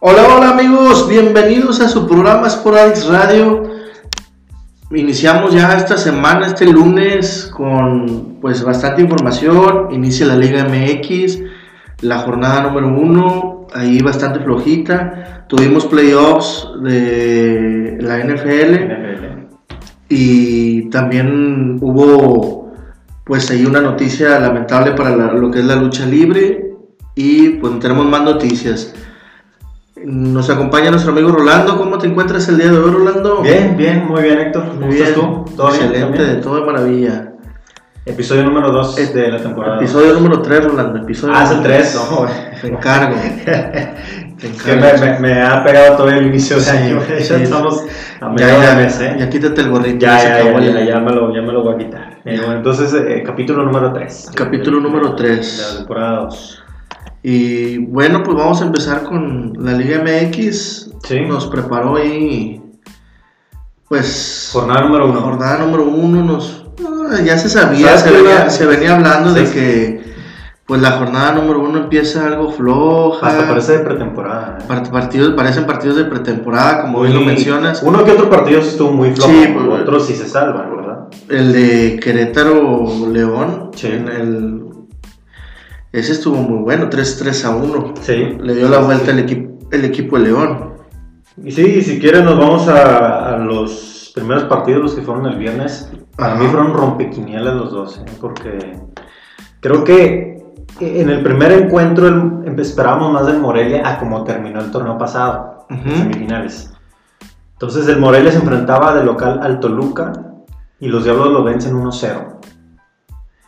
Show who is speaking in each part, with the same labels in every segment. Speaker 1: Hola, hola amigos, bienvenidos a su programa Sporadix Radio. Iniciamos ya esta semana, este lunes, con pues bastante información. Inicia la Liga MX, la jornada número uno, ahí bastante flojita. Tuvimos playoffs de la NFL
Speaker 2: NFL.
Speaker 1: y también hubo pues ahí una noticia lamentable para la- lo que es la lucha libre y pues tenemos más noticias. Nos acompaña nuestro amigo Rolando, ¿cómo te encuentras el día de hoy Rolando?
Speaker 2: Bien, bien, muy bien, Héctor. ¿Cómo
Speaker 1: Muy bien,
Speaker 2: estás tú? ¿Todo bien?
Speaker 1: excelente,
Speaker 2: ¿También?
Speaker 1: de todo de maravilla.
Speaker 2: Episodio número 2 de la temporada.
Speaker 1: Episodio número 3, Rolando, episodio
Speaker 2: Ah, es el
Speaker 1: número
Speaker 2: 3. No, güey.
Speaker 1: Te encargo, te
Speaker 2: Que
Speaker 1: encargo.
Speaker 2: me, me, me ha pegado todo el inicio de
Speaker 1: Sí,
Speaker 2: año. güey.
Speaker 1: sí.
Speaker 2: Ya estamos a
Speaker 1: ya,
Speaker 2: medio
Speaker 1: ya,
Speaker 2: de mes, ¿eh?
Speaker 1: ya quítate el gorrito,
Speaker 2: Ya,
Speaker 1: se
Speaker 2: ya,
Speaker 1: acabó
Speaker 2: ya,
Speaker 1: el-
Speaker 2: ya, ya me lo, ya me lo voy a quitar. Eh, bueno, entonces, eh, capítulo número 3.
Speaker 1: Capítulo número tres.
Speaker 2: La temporada 2.
Speaker 1: Y bueno, pues vamos a empezar con la Liga MX.
Speaker 2: Sí.
Speaker 1: Nos preparó ahí, pues,
Speaker 2: Jornada número 1.
Speaker 1: jornada número uno. Nos, ah, ya se sabía,
Speaker 2: ¿Sabes
Speaker 1: se
Speaker 2: qué,
Speaker 1: venía,
Speaker 2: Iván?
Speaker 1: se venía hablando de
Speaker 2: Sí.
Speaker 1: que, pues, la jornada número uno empieza algo floja.
Speaker 2: Hasta parece de pretemporada. ¿eh?
Speaker 1: Part- partidos, parecen partidos de pretemporada, como bien lo
Speaker 2: Muy-
Speaker 1: mencionas.
Speaker 2: Uno que otro partido sí estuvo muy flojo.
Speaker 1: Sí, pues,
Speaker 2: otros sí se salvan, ¿verdad?
Speaker 1: El de Querétaro León.
Speaker 2: Sí.
Speaker 1: en el- ese estuvo muy bueno, 3-3 a 1.
Speaker 2: Sí.
Speaker 1: Le dio la vuelta el, equipo el equipo de León.
Speaker 2: Y sí, y si quieres nos vamos a, a los primeros partidos, los que fueron el viernes. Para
Speaker 1: Ajá.
Speaker 2: mí fueron rompequinielas los dos, ¿eh? porque creo que en el primer encuentro el- em- esperábamos más del Morelia a como terminó el torneo pasado, en
Speaker 1: Ujú.
Speaker 2: semifinales. Entonces el Morelia se enfrentaba de local al Toluca y los Diablos lo vencen 1-0.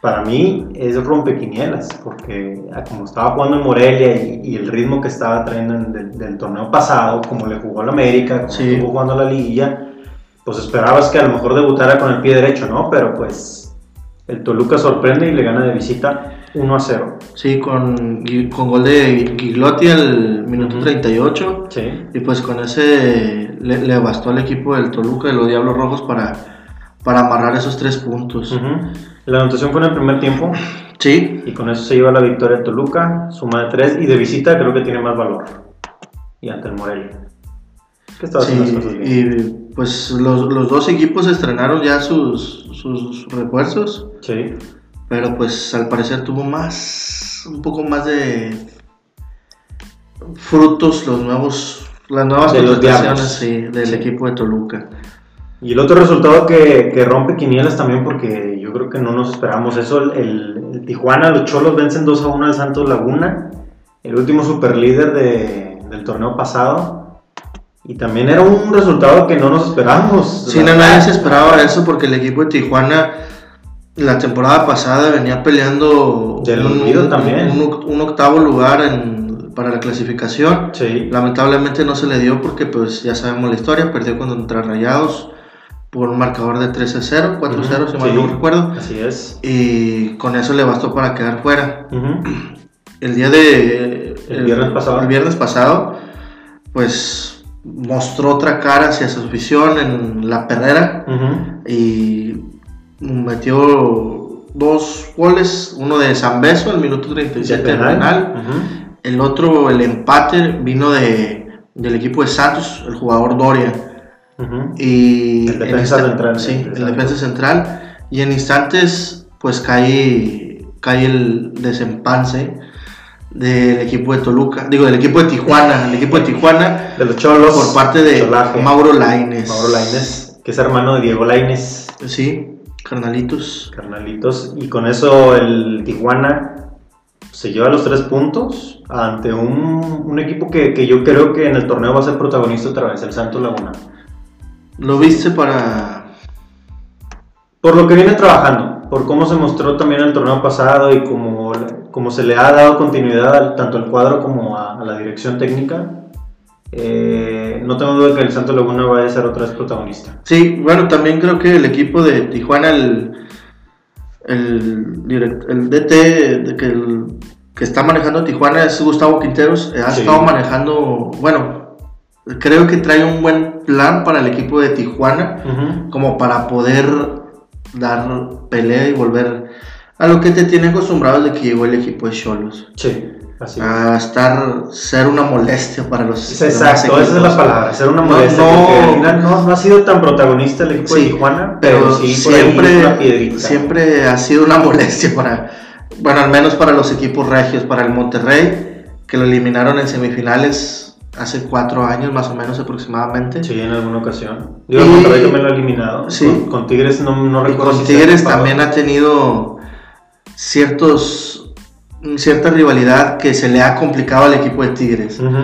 Speaker 2: Para mí es rompequinielas, porque a como estaba jugando en Morelia y, y el ritmo que estaba trayendo en- del, del torneo pasado, como le jugó al América, como
Speaker 1: Sí.
Speaker 2: estuvo jugando a la liguilla, pues esperabas que a lo mejor debutara con el pie derecho, ¿no? Pero pues el Toluca sorprende y le gana de visita 1 a 0.
Speaker 1: Sí, con, Gui- con gol de Giglotti al minuto
Speaker 2: Ujú.
Speaker 1: 38.
Speaker 2: Sí.
Speaker 1: Y pues con ese le, le bastó al equipo del Toluca de los Diablos Rojos para, para amarrar esos tres puntos.
Speaker 2: La anotación fue en el primer tiempo
Speaker 1: Sí,
Speaker 2: y con eso se lleva la victoria el Toluca, suma de 3 y de visita creo que tiene más valor. Y ante el Morelia. Que estaba haciendo
Speaker 1: sí,
Speaker 2: las cosas bien.
Speaker 1: Y pues los, los dos equipos estrenaron ya sus, sus refuerzos.
Speaker 2: Sí.
Speaker 1: Pero pues al parecer tuvo más, un poco más de frutos los nuevos, las nuevas
Speaker 2: De los
Speaker 1: contrataciones
Speaker 2: Diablos.
Speaker 1: sí, del
Speaker 2: Sí.
Speaker 1: equipo de Toluca.
Speaker 2: Y el otro resultado que, que rompe quinielas también, porque yo creo que no nos esperamos eso, el, el- el Tijuana, los Cholos vencen 2 a 1 al Santos Laguna, el último superlíder de, del torneo pasado, y también era un resultado que no nos esperábamos.
Speaker 1: Sí,
Speaker 2: La-
Speaker 1: no, nadie se esperaba eso porque el equipo de Tijuana la temporada pasada venía peleando
Speaker 2: Del olvido también.
Speaker 1: un oc- un octavo lugar en- para la clasificación.
Speaker 2: Sí,
Speaker 1: Lamentablemente no se le dio porque pues ya sabemos la historia, perdió contra Rayados por un marcador de 13 a 0, 4 a 0 si mal
Speaker 2: Sí.
Speaker 1: no recuerdo.
Speaker 2: así es.
Speaker 1: y con eso le bastó para quedar fuera.
Speaker 2: Ujú.
Speaker 1: El día de...
Speaker 2: El viernes pasado.
Speaker 1: el viernes pasado, pues mostró otra cara hacia su afición en la perrera
Speaker 2: Ujú.
Speaker 1: y metió dos goles, uno de San Beso al minuto 37 del penal,
Speaker 2: Ujú.
Speaker 1: el otro, el empate, vino de, del equipo de Santos, el jugador Doria.
Speaker 2: Ujú.
Speaker 1: Y
Speaker 2: El
Speaker 1: en
Speaker 2: defensa
Speaker 1: insta-
Speaker 2: central,
Speaker 1: Sí,
Speaker 2: el
Speaker 1: el
Speaker 2: defensa.
Speaker 1: defensa central. Y en instantes, pues cae, cae el desempance del equipo de Toluca, digo, del equipo de Tijuana, el equipo de Tijuana
Speaker 2: De los Cholos.
Speaker 1: por parte de
Speaker 2: Cholaje. Mauro
Speaker 1: Mauro Laines.
Speaker 2: Lainez, que es hermano de Diego Laines.
Speaker 1: Sí, carnalitos.
Speaker 2: carnalitos. Y con eso el Tijuana se lleva los tres puntos ante un, un equipo que, que yo creo que en el torneo va a ser protagonista otra vez, el Santos Laguna.
Speaker 1: Lo viste para.
Speaker 2: Por lo que viene trabajando, por cómo se mostró también el torneo pasado y como, como se le ha dado continuidad al- tanto al cuadro como a, a la dirección técnica. eh, no tengo duda que el Santos Laguna va a ser otra vez protagonista.
Speaker 1: Sí, bueno, también creo que el equipo de Tijuana, el, el, direct- el DT de que, el- que está manejando Tijuana es Gustavo Quinteros. eh, Ha
Speaker 2: Sí.
Speaker 1: estado manejando, bueno, creo que trae un buen plan para el equipo de Tijuana,
Speaker 2: Ujú.
Speaker 1: como para poder dar pelea y volver a lo que te tiene acostumbrado de que llegó el equipo de Cholos.
Speaker 2: Sí. Así es.
Speaker 1: a estar, ser una molestia para los.
Speaker 2: Es
Speaker 1: los
Speaker 2: Exacto,
Speaker 1: demás
Speaker 2: esa es la
Speaker 1: equipos.
Speaker 2: palabra, ser una
Speaker 1: No,
Speaker 2: molestia.
Speaker 1: no.
Speaker 2: porque al final no, no ha sido tan protagonista el equipo de
Speaker 1: Sí,
Speaker 2: Tijuana,
Speaker 1: Pero,
Speaker 2: por ahí una
Speaker 1: siempre,
Speaker 2: piedrita.
Speaker 1: siempre ha sido una molestia para, bueno, al menos para los equipos regios, para el Monterrey, que lo eliminaron en semifinales hace cuatro años más o menos aproximadamente.
Speaker 2: Sí, en alguna ocasión. Digo,
Speaker 1: Y-
Speaker 2: Monterrey también lo ha eliminado.
Speaker 1: Sí.
Speaker 2: Con, con Tigres no, no
Speaker 1: Y
Speaker 2: recuerdo.
Speaker 1: con
Speaker 2: si se
Speaker 1: Tigres
Speaker 2: ha
Speaker 1: también ha tenido ciertos cierta rivalidad que se le ha complicado al equipo de Tigres.
Speaker 2: Ujú.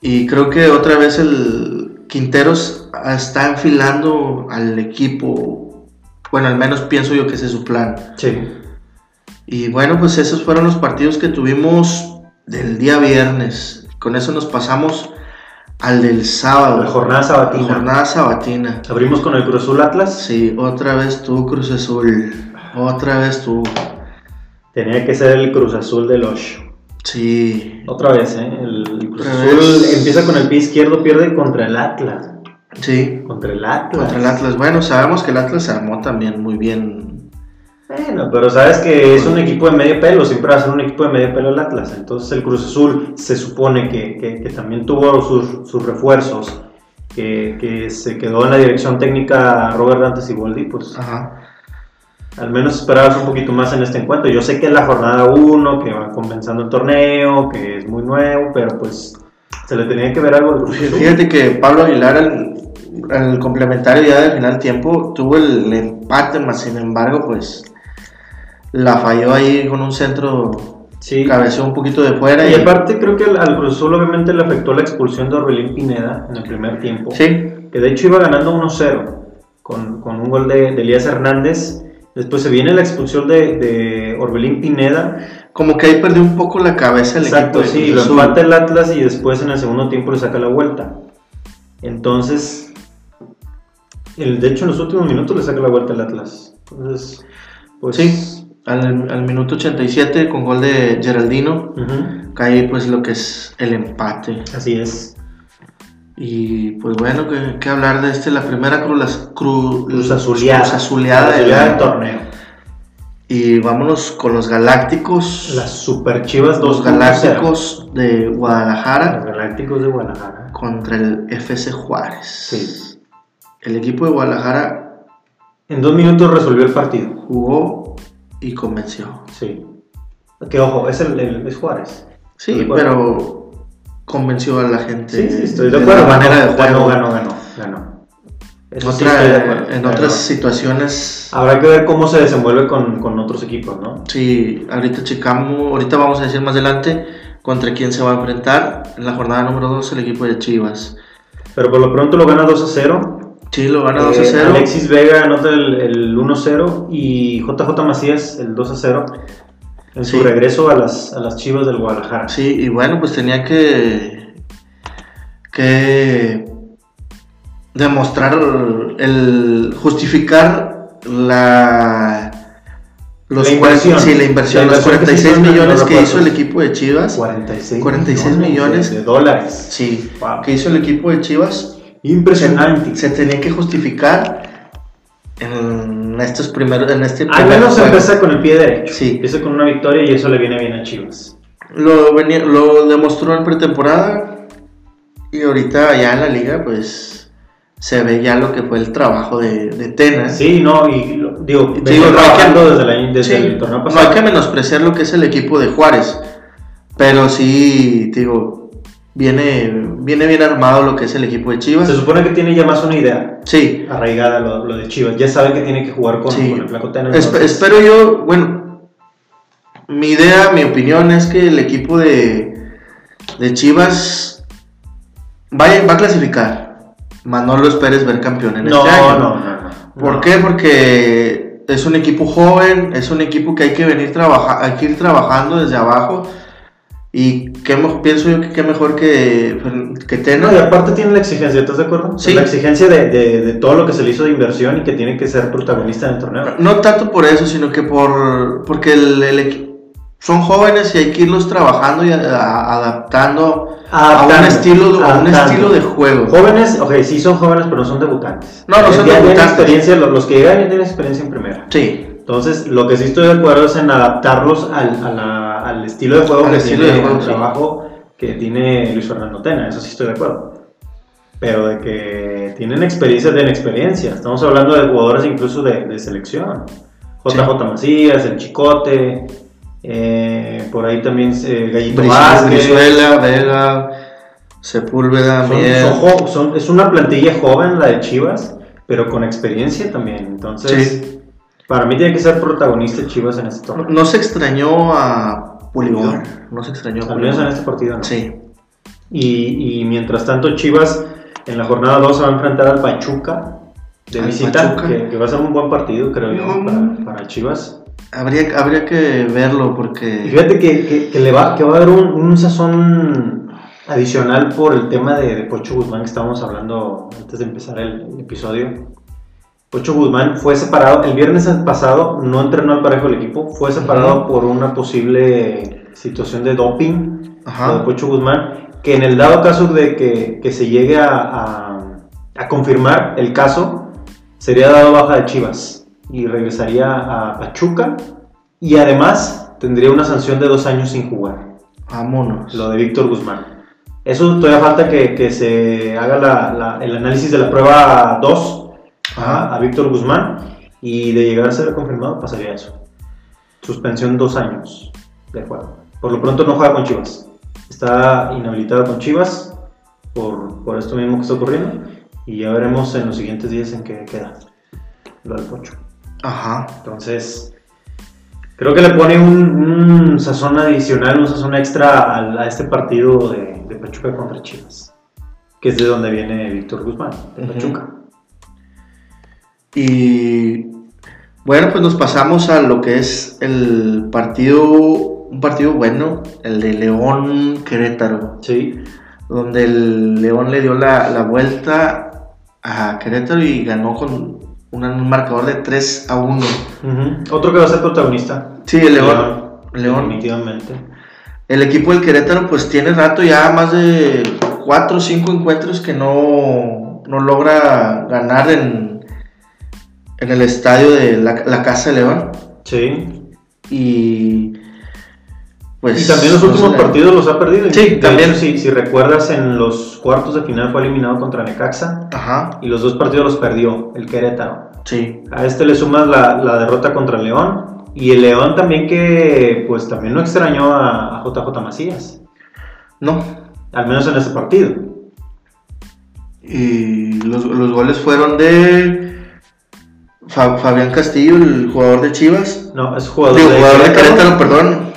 Speaker 1: Y creo que otra vez el Quinteros está enfilando al equipo. Bueno, al menos pienso yo que ese es su plan.
Speaker 2: Sí.
Speaker 1: Y bueno, pues esos fueron los partidos que tuvimos del día viernes. Con eso nos pasamos al del sábado.
Speaker 2: La jornada
Speaker 1: La
Speaker 2: sabatina.
Speaker 1: jornada sabatina.
Speaker 2: Abrimos con el Cruz Azul Atlas.
Speaker 1: Sí, otra vez tú, Cruz Azul. Otra vez tú.
Speaker 2: Tenía que ser el Cruz Azul del 8.
Speaker 1: Sí.
Speaker 2: Otra vez, ¿eh? El Cruz
Speaker 1: Otra
Speaker 2: Azul
Speaker 1: vez.
Speaker 2: empieza con el pie izquierdo, pierde contra el Atlas.
Speaker 1: Sí.
Speaker 2: Contra el Atlas.
Speaker 1: Contra el Atlas. Bueno, sabemos que el Atlas se armó también muy bien.
Speaker 2: Bueno, pero sabes que es un equipo de medio pelo, siempre va a ser un equipo de medio pelo el Atlas. Entonces el Cruz Azul se supone que, que- que también tuvo sus, sus refuerzos, que, que se quedó en la dirección técnica Robert Dantes y Boldi, pues
Speaker 1: Ajá.
Speaker 2: al menos esperabas un poquito más en este encuentro. Yo sé que es la jornada 1, que va comenzando el torneo, que es muy nuevo, pero pues se le tenía que ver algo al Cruz Azul.
Speaker 1: Fíjate que Pablo Aguilar al, al complementario ya del final tiempo tuvo el empate, más sin embargo, pues la falló ahí con un centro
Speaker 2: Sí.
Speaker 1: cabeceó un poquito de fuera y,
Speaker 2: Y aparte creo que al, al Cruz Azul obviamente le afectó la expulsión de Orbelín Pineda en el primer tiempo.
Speaker 1: sí
Speaker 2: que de hecho iba ganando 1-0 con, con un gol de, de Elías Hernández. Después se viene la expulsión de, de Orbelín Pineda.
Speaker 1: como que ahí perdió un poco la cabeza el
Speaker 2: Exacto,
Speaker 1: equipo de
Speaker 2: sí, lo
Speaker 1: Cruz Azul.
Speaker 2: empata el Atlas y después en el segundo tiempo le saca la vuelta. Entonces, el, de hecho en los últimos minutos le saca la vuelta el Atlas. Entonces, pues...
Speaker 1: Sí. al, al minuto 87 con gol de Geraldino
Speaker 2: ujú,
Speaker 1: cae pues lo que es el empate
Speaker 2: así es.
Speaker 1: y pues bueno que, que hablar de este la primera cruz las- cru-
Speaker 2: Cruz Azuleada.
Speaker 1: Cruz Azuleada del
Speaker 2: Azuleada del
Speaker 1: año.
Speaker 2: torneo.
Speaker 1: y vámonos con los Galácticos
Speaker 2: Las Super Chivas
Speaker 1: los
Speaker 2: 2
Speaker 1: Galácticos de
Speaker 2: Los
Speaker 1: Guadalajara
Speaker 2: Galácticos de Guadalajara.
Speaker 1: contra el FC Juárez
Speaker 2: Sí.
Speaker 1: el equipo de Guadalajara
Speaker 2: En dos minutos resolvió el partido.
Speaker 1: jugó y convenció
Speaker 2: Sí. Que ojo, es el, el- es Juárez.
Speaker 1: Sí,
Speaker 2: Estoy de
Speaker 1: pero convenció a la gente.
Speaker 2: Sí, sí, estoy de
Speaker 1: la
Speaker 2: acuerdo.
Speaker 1: manera de
Speaker 2: ganó,
Speaker 1: juego.
Speaker 2: ganó, ganó, ganó.
Speaker 1: En,
Speaker 2: Eso sí
Speaker 1: otra-
Speaker 2: estoy de acuerdo,
Speaker 1: en
Speaker 2: pero
Speaker 1: otras situaciones,
Speaker 2: Habrá que ver cómo se desenvuelve con, con otros equipos, ¿no?
Speaker 1: sí, ahorita checamos, ahorita vamos a decir más adelante contra quién se va a enfrentar en la jornada número 2 el equipo de Chivas.
Speaker 2: Pero por lo pronto lo gana 2 a 0.
Speaker 1: Sí, lo gana
Speaker 2: Eh,
Speaker 1: 2 a 0.
Speaker 2: Alexis Vega anota el, el 1 a 0 y JJ Macías el 2 a 0 en
Speaker 1: Sí.
Speaker 2: su regreso a las, a las Chivas del Guadalajara.
Speaker 1: Sí, y bueno, pues tenía que que demostrar el justificar la los
Speaker 2: La
Speaker 1: cuar-
Speaker 2: inversión.
Speaker 1: sí, la inversión,
Speaker 2: La
Speaker 1: los
Speaker 2: inversión que
Speaker 1: 46
Speaker 2: se hizo en
Speaker 1: millones
Speaker 2: los
Speaker 1: que hizo el
Speaker 2: refuerzos.
Speaker 1: equipo de Chivas.
Speaker 2: 46,
Speaker 1: 46 millones.
Speaker 2: de, de dólares.
Speaker 1: Sí,
Speaker 2: Wow.
Speaker 1: que hizo el equipo de Chivas
Speaker 2: Impresionante.
Speaker 1: se tenía que justificar en estos primeros en este
Speaker 2: Al
Speaker 1: primer
Speaker 2: menos
Speaker 1: juego.
Speaker 2: empieza con el pie derecho.
Speaker 1: Sí.
Speaker 2: Empieza con una victoria y eso le viene bien a Chivas.
Speaker 1: Lo, venía- lo demostró en pretemporada y ahorita ya en la liga pues se ve ya lo que fue el trabajo de, de Tena.
Speaker 2: Sí, no, y lo- digo,
Speaker 1: Ah. Sí,
Speaker 2: venía
Speaker 1: no hay
Speaker 2: trabajando
Speaker 1: que-
Speaker 2: desde, la- desde
Speaker 1: Sí,
Speaker 2: el torneo
Speaker 1: no hay que
Speaker 2: pasado.
Speaker 1: menospreciar lo que es el equipo de Juárez, pero sí, te digo, viene, viene bien armado lo que es el equipo de Chivas.
Speaker 2: Se supone que tiene ya más una idea
Speaker 1: Sí,
Speaker 2: arraigada lo, lo de Chivas. Ya sabe que tiene que jugar con,
Speaker 1: Sí.
Speaker 2: con el flaco Tena.
Speaker 1: Espe-
Speaker 2: entonces-
Speaker 1: espero yo, bueno, mi idea, mi opinión es que el equipo de, de Chivas vaya, va a clasificar. Manolo esperes ver campeón en
Speaker 2: no,
Speaker 1: este año.
Speaker 2: no, no, no.
Speaker 1: ¿Por
Speaker 2: No.
Speaker 1: qué? Porque es un equipo joven, es un equipo que hay que venir trabaja- hay que ir trabajando desde abajo. Y qué mo- pienso yo que qué mejor que, que Tena.
Speaker 2: No, y aparte tiene la exigencia, ¿estás de acuerdo?
Speaker 1: Sí.
Speaker 2: La exigencia de, de- de todo lo que se le hizo de inversión y que tiene que ser protagonista en el torneo.
Speaker 1: No tanto por eso, sino que por porque el, el equi- son jóvenes y hay que irlos trabajando y a- a- adaptando a un
Speaker 2: Adaptando,
Speaker 1: estilo a un
Speaker 2: adaptando.
Speaker 1: estilo de juego.
Speaker 2: Jóvenes, ok, sí son jóvenes, pero no son debutantes.
Speaker 1: No, no
Speaker 2: Ya-
Speaker 1: son
Speaker 2: ya tienen
Speaker 1: debutantes.
Speaker 2: experiencia, los, los que llegan ya tienen experiencia en primera.
Speaker 1: Sí,
Speaker 2: Entonces, lo que sí estoy de acuerdo es en adaptarlos al, a la- al al estilo de juego
Speaker 1: Al
Speaker 2: que
Speaker 1: estilo
Speaker 2: tiene,
Speaker 1: de juego,
Speaker 2: al
Speaker 1: sí.
Speaker 2: trabajo que tiene Luis Fernando Tena, eso sí estoy de acuerdo. Pero de que tienen experiencia, tienen experiencia. Estamos hablando de jugadores incluso de, de selección. JJ Macías, El Chicote, eh, por ahí también eh, Gallito
Speaker 1: Brizuela,
Speaker 2: Vázquez.
Speaker 1: Brizuela, Vega, Sepúlveda,
Speaker 2: Son-
Speaker 1: Mier.
Speaker 2: son jo- son- es una plantilla joven la de Chivas, pero con experiencia también. Entonces, para mí tiene que ser protagonista Chivas en este torneo.
Speaker 1: No se extrañó a Puligón. No se extrañó a
Speaker 2: Al menos en
Speaker 1: Puligón.
Speaker 2: este partido. ¿no?
Speaker 1: Sí.
Speaker 2: Y, y mientras tanto, Chivas en la jornada 2 se va a enfrentar al Pachuca de
Speaker 1: Al
Speaker 2: visita,
Speaker 1: Pachuca.
Speaker 2: que, que va a ser un buen partido, creo yo,
Speaker 1: No.
Speaker 2: para, para Chivas.
Speaker 1: Habría, habría que verlo
Speaker 2: Y
Speaker 1: porque.
Speaker 2: fíjate que, que- que le va, que va a haber un, un sazón adicional por el tema de, de Pocho Guzmán que estábamos hablando antes de empezar el, el episodio. Pocho Guzmán fue separado, el viernes pasado no entrenó al parejo del equipo, fue separado por una posible situación de doping lo de
Speaker 1: Ajá.
Speaker 2: Pocho Guzmán, que en el dado caso de que, que se llegue a, a- a confirmar el caso, sería dado baja de Chivas y regresaría a Pachuca y además tendría una sanción de dos años sin jugar,
Speaker 1: Vámonos.
Speaker 2: lo de Víctor Guzmán. Eso todavía falta que, que se haga la- la- el análisis de la prueba 2 a, a Víctor Guzmán y de llegar a ser confirmado pasaría eso. Suspensión dos años de juego. Por lo pronto no juega con Chivas. Está inhabilitado con Chivas por, por esto mismo que está ocurriendo y ya veremos en los siguientes días en qué queda lo del Pocho.
Speaker 1: Ajá.
Speaker 2: Entonces, creo que le pone un, un sazón adicional, un sazón extra al- a, este partido de, de Pachuca contra Chivas, que es de donde viene Víctor Guzmán, de
Speaker 1: Ujú.
Speaker 2: Pachuca.
Speaker 1: Y bueno, pues nos pasamos a lo que es el partido, un partido bueno, el de León Querétaro,
Speaker 2: Sí,
Speaker 1: donde el León le dio la, la vuelta a Querétaro y ganó con un, un marcador de 3 a 1.
Speaker 2: Ujú. Otro que va a ser protagonista.
Speaker 1: Sí, el León. León.
Speaker 2: Definitivamente.
Speaker 1: El equipo del Querétaro pues tiene rato ya más de 4 o 5 encuentros que no, no logra ganar en, en el estadio de la, la Casa de León.
Speaker 2: Sí.
Speaker 1: y pues
Speaker 2: y también los
Speaker 1: no
Speaker 2: últimos
Speaker 1: se le-
Speaker 2: partidos los ha perdido.
Speaker 1: Sí,
Speaker 2: De
Speaker 1: también.
Speaker 2: hecho, si, si recuerdas, en los cuartos de final fue eliminado contra Necaxa
Speaker 1: ajá
Speaker 2: y los dos partidos los perdió el Querétaro.
Speaker 1: sí
Speaker 2: A este le sumas la, la derrota contra el León y el León también que pues también no extrañó a, a JJ Macías,
Speaker 1: no
Speaker 2: al menos en ese partido.
Speaker 1: y los, los goles fueron de Fa- Fabián Castillo el jugador de Chivas
Speaker 2: No, es jugador,
Speaker 1: Digo,
Speaker 2: de,
Speaker 1: jugador de
Speaker 2: Querétaro,
Speaker 1: Querétaro perdón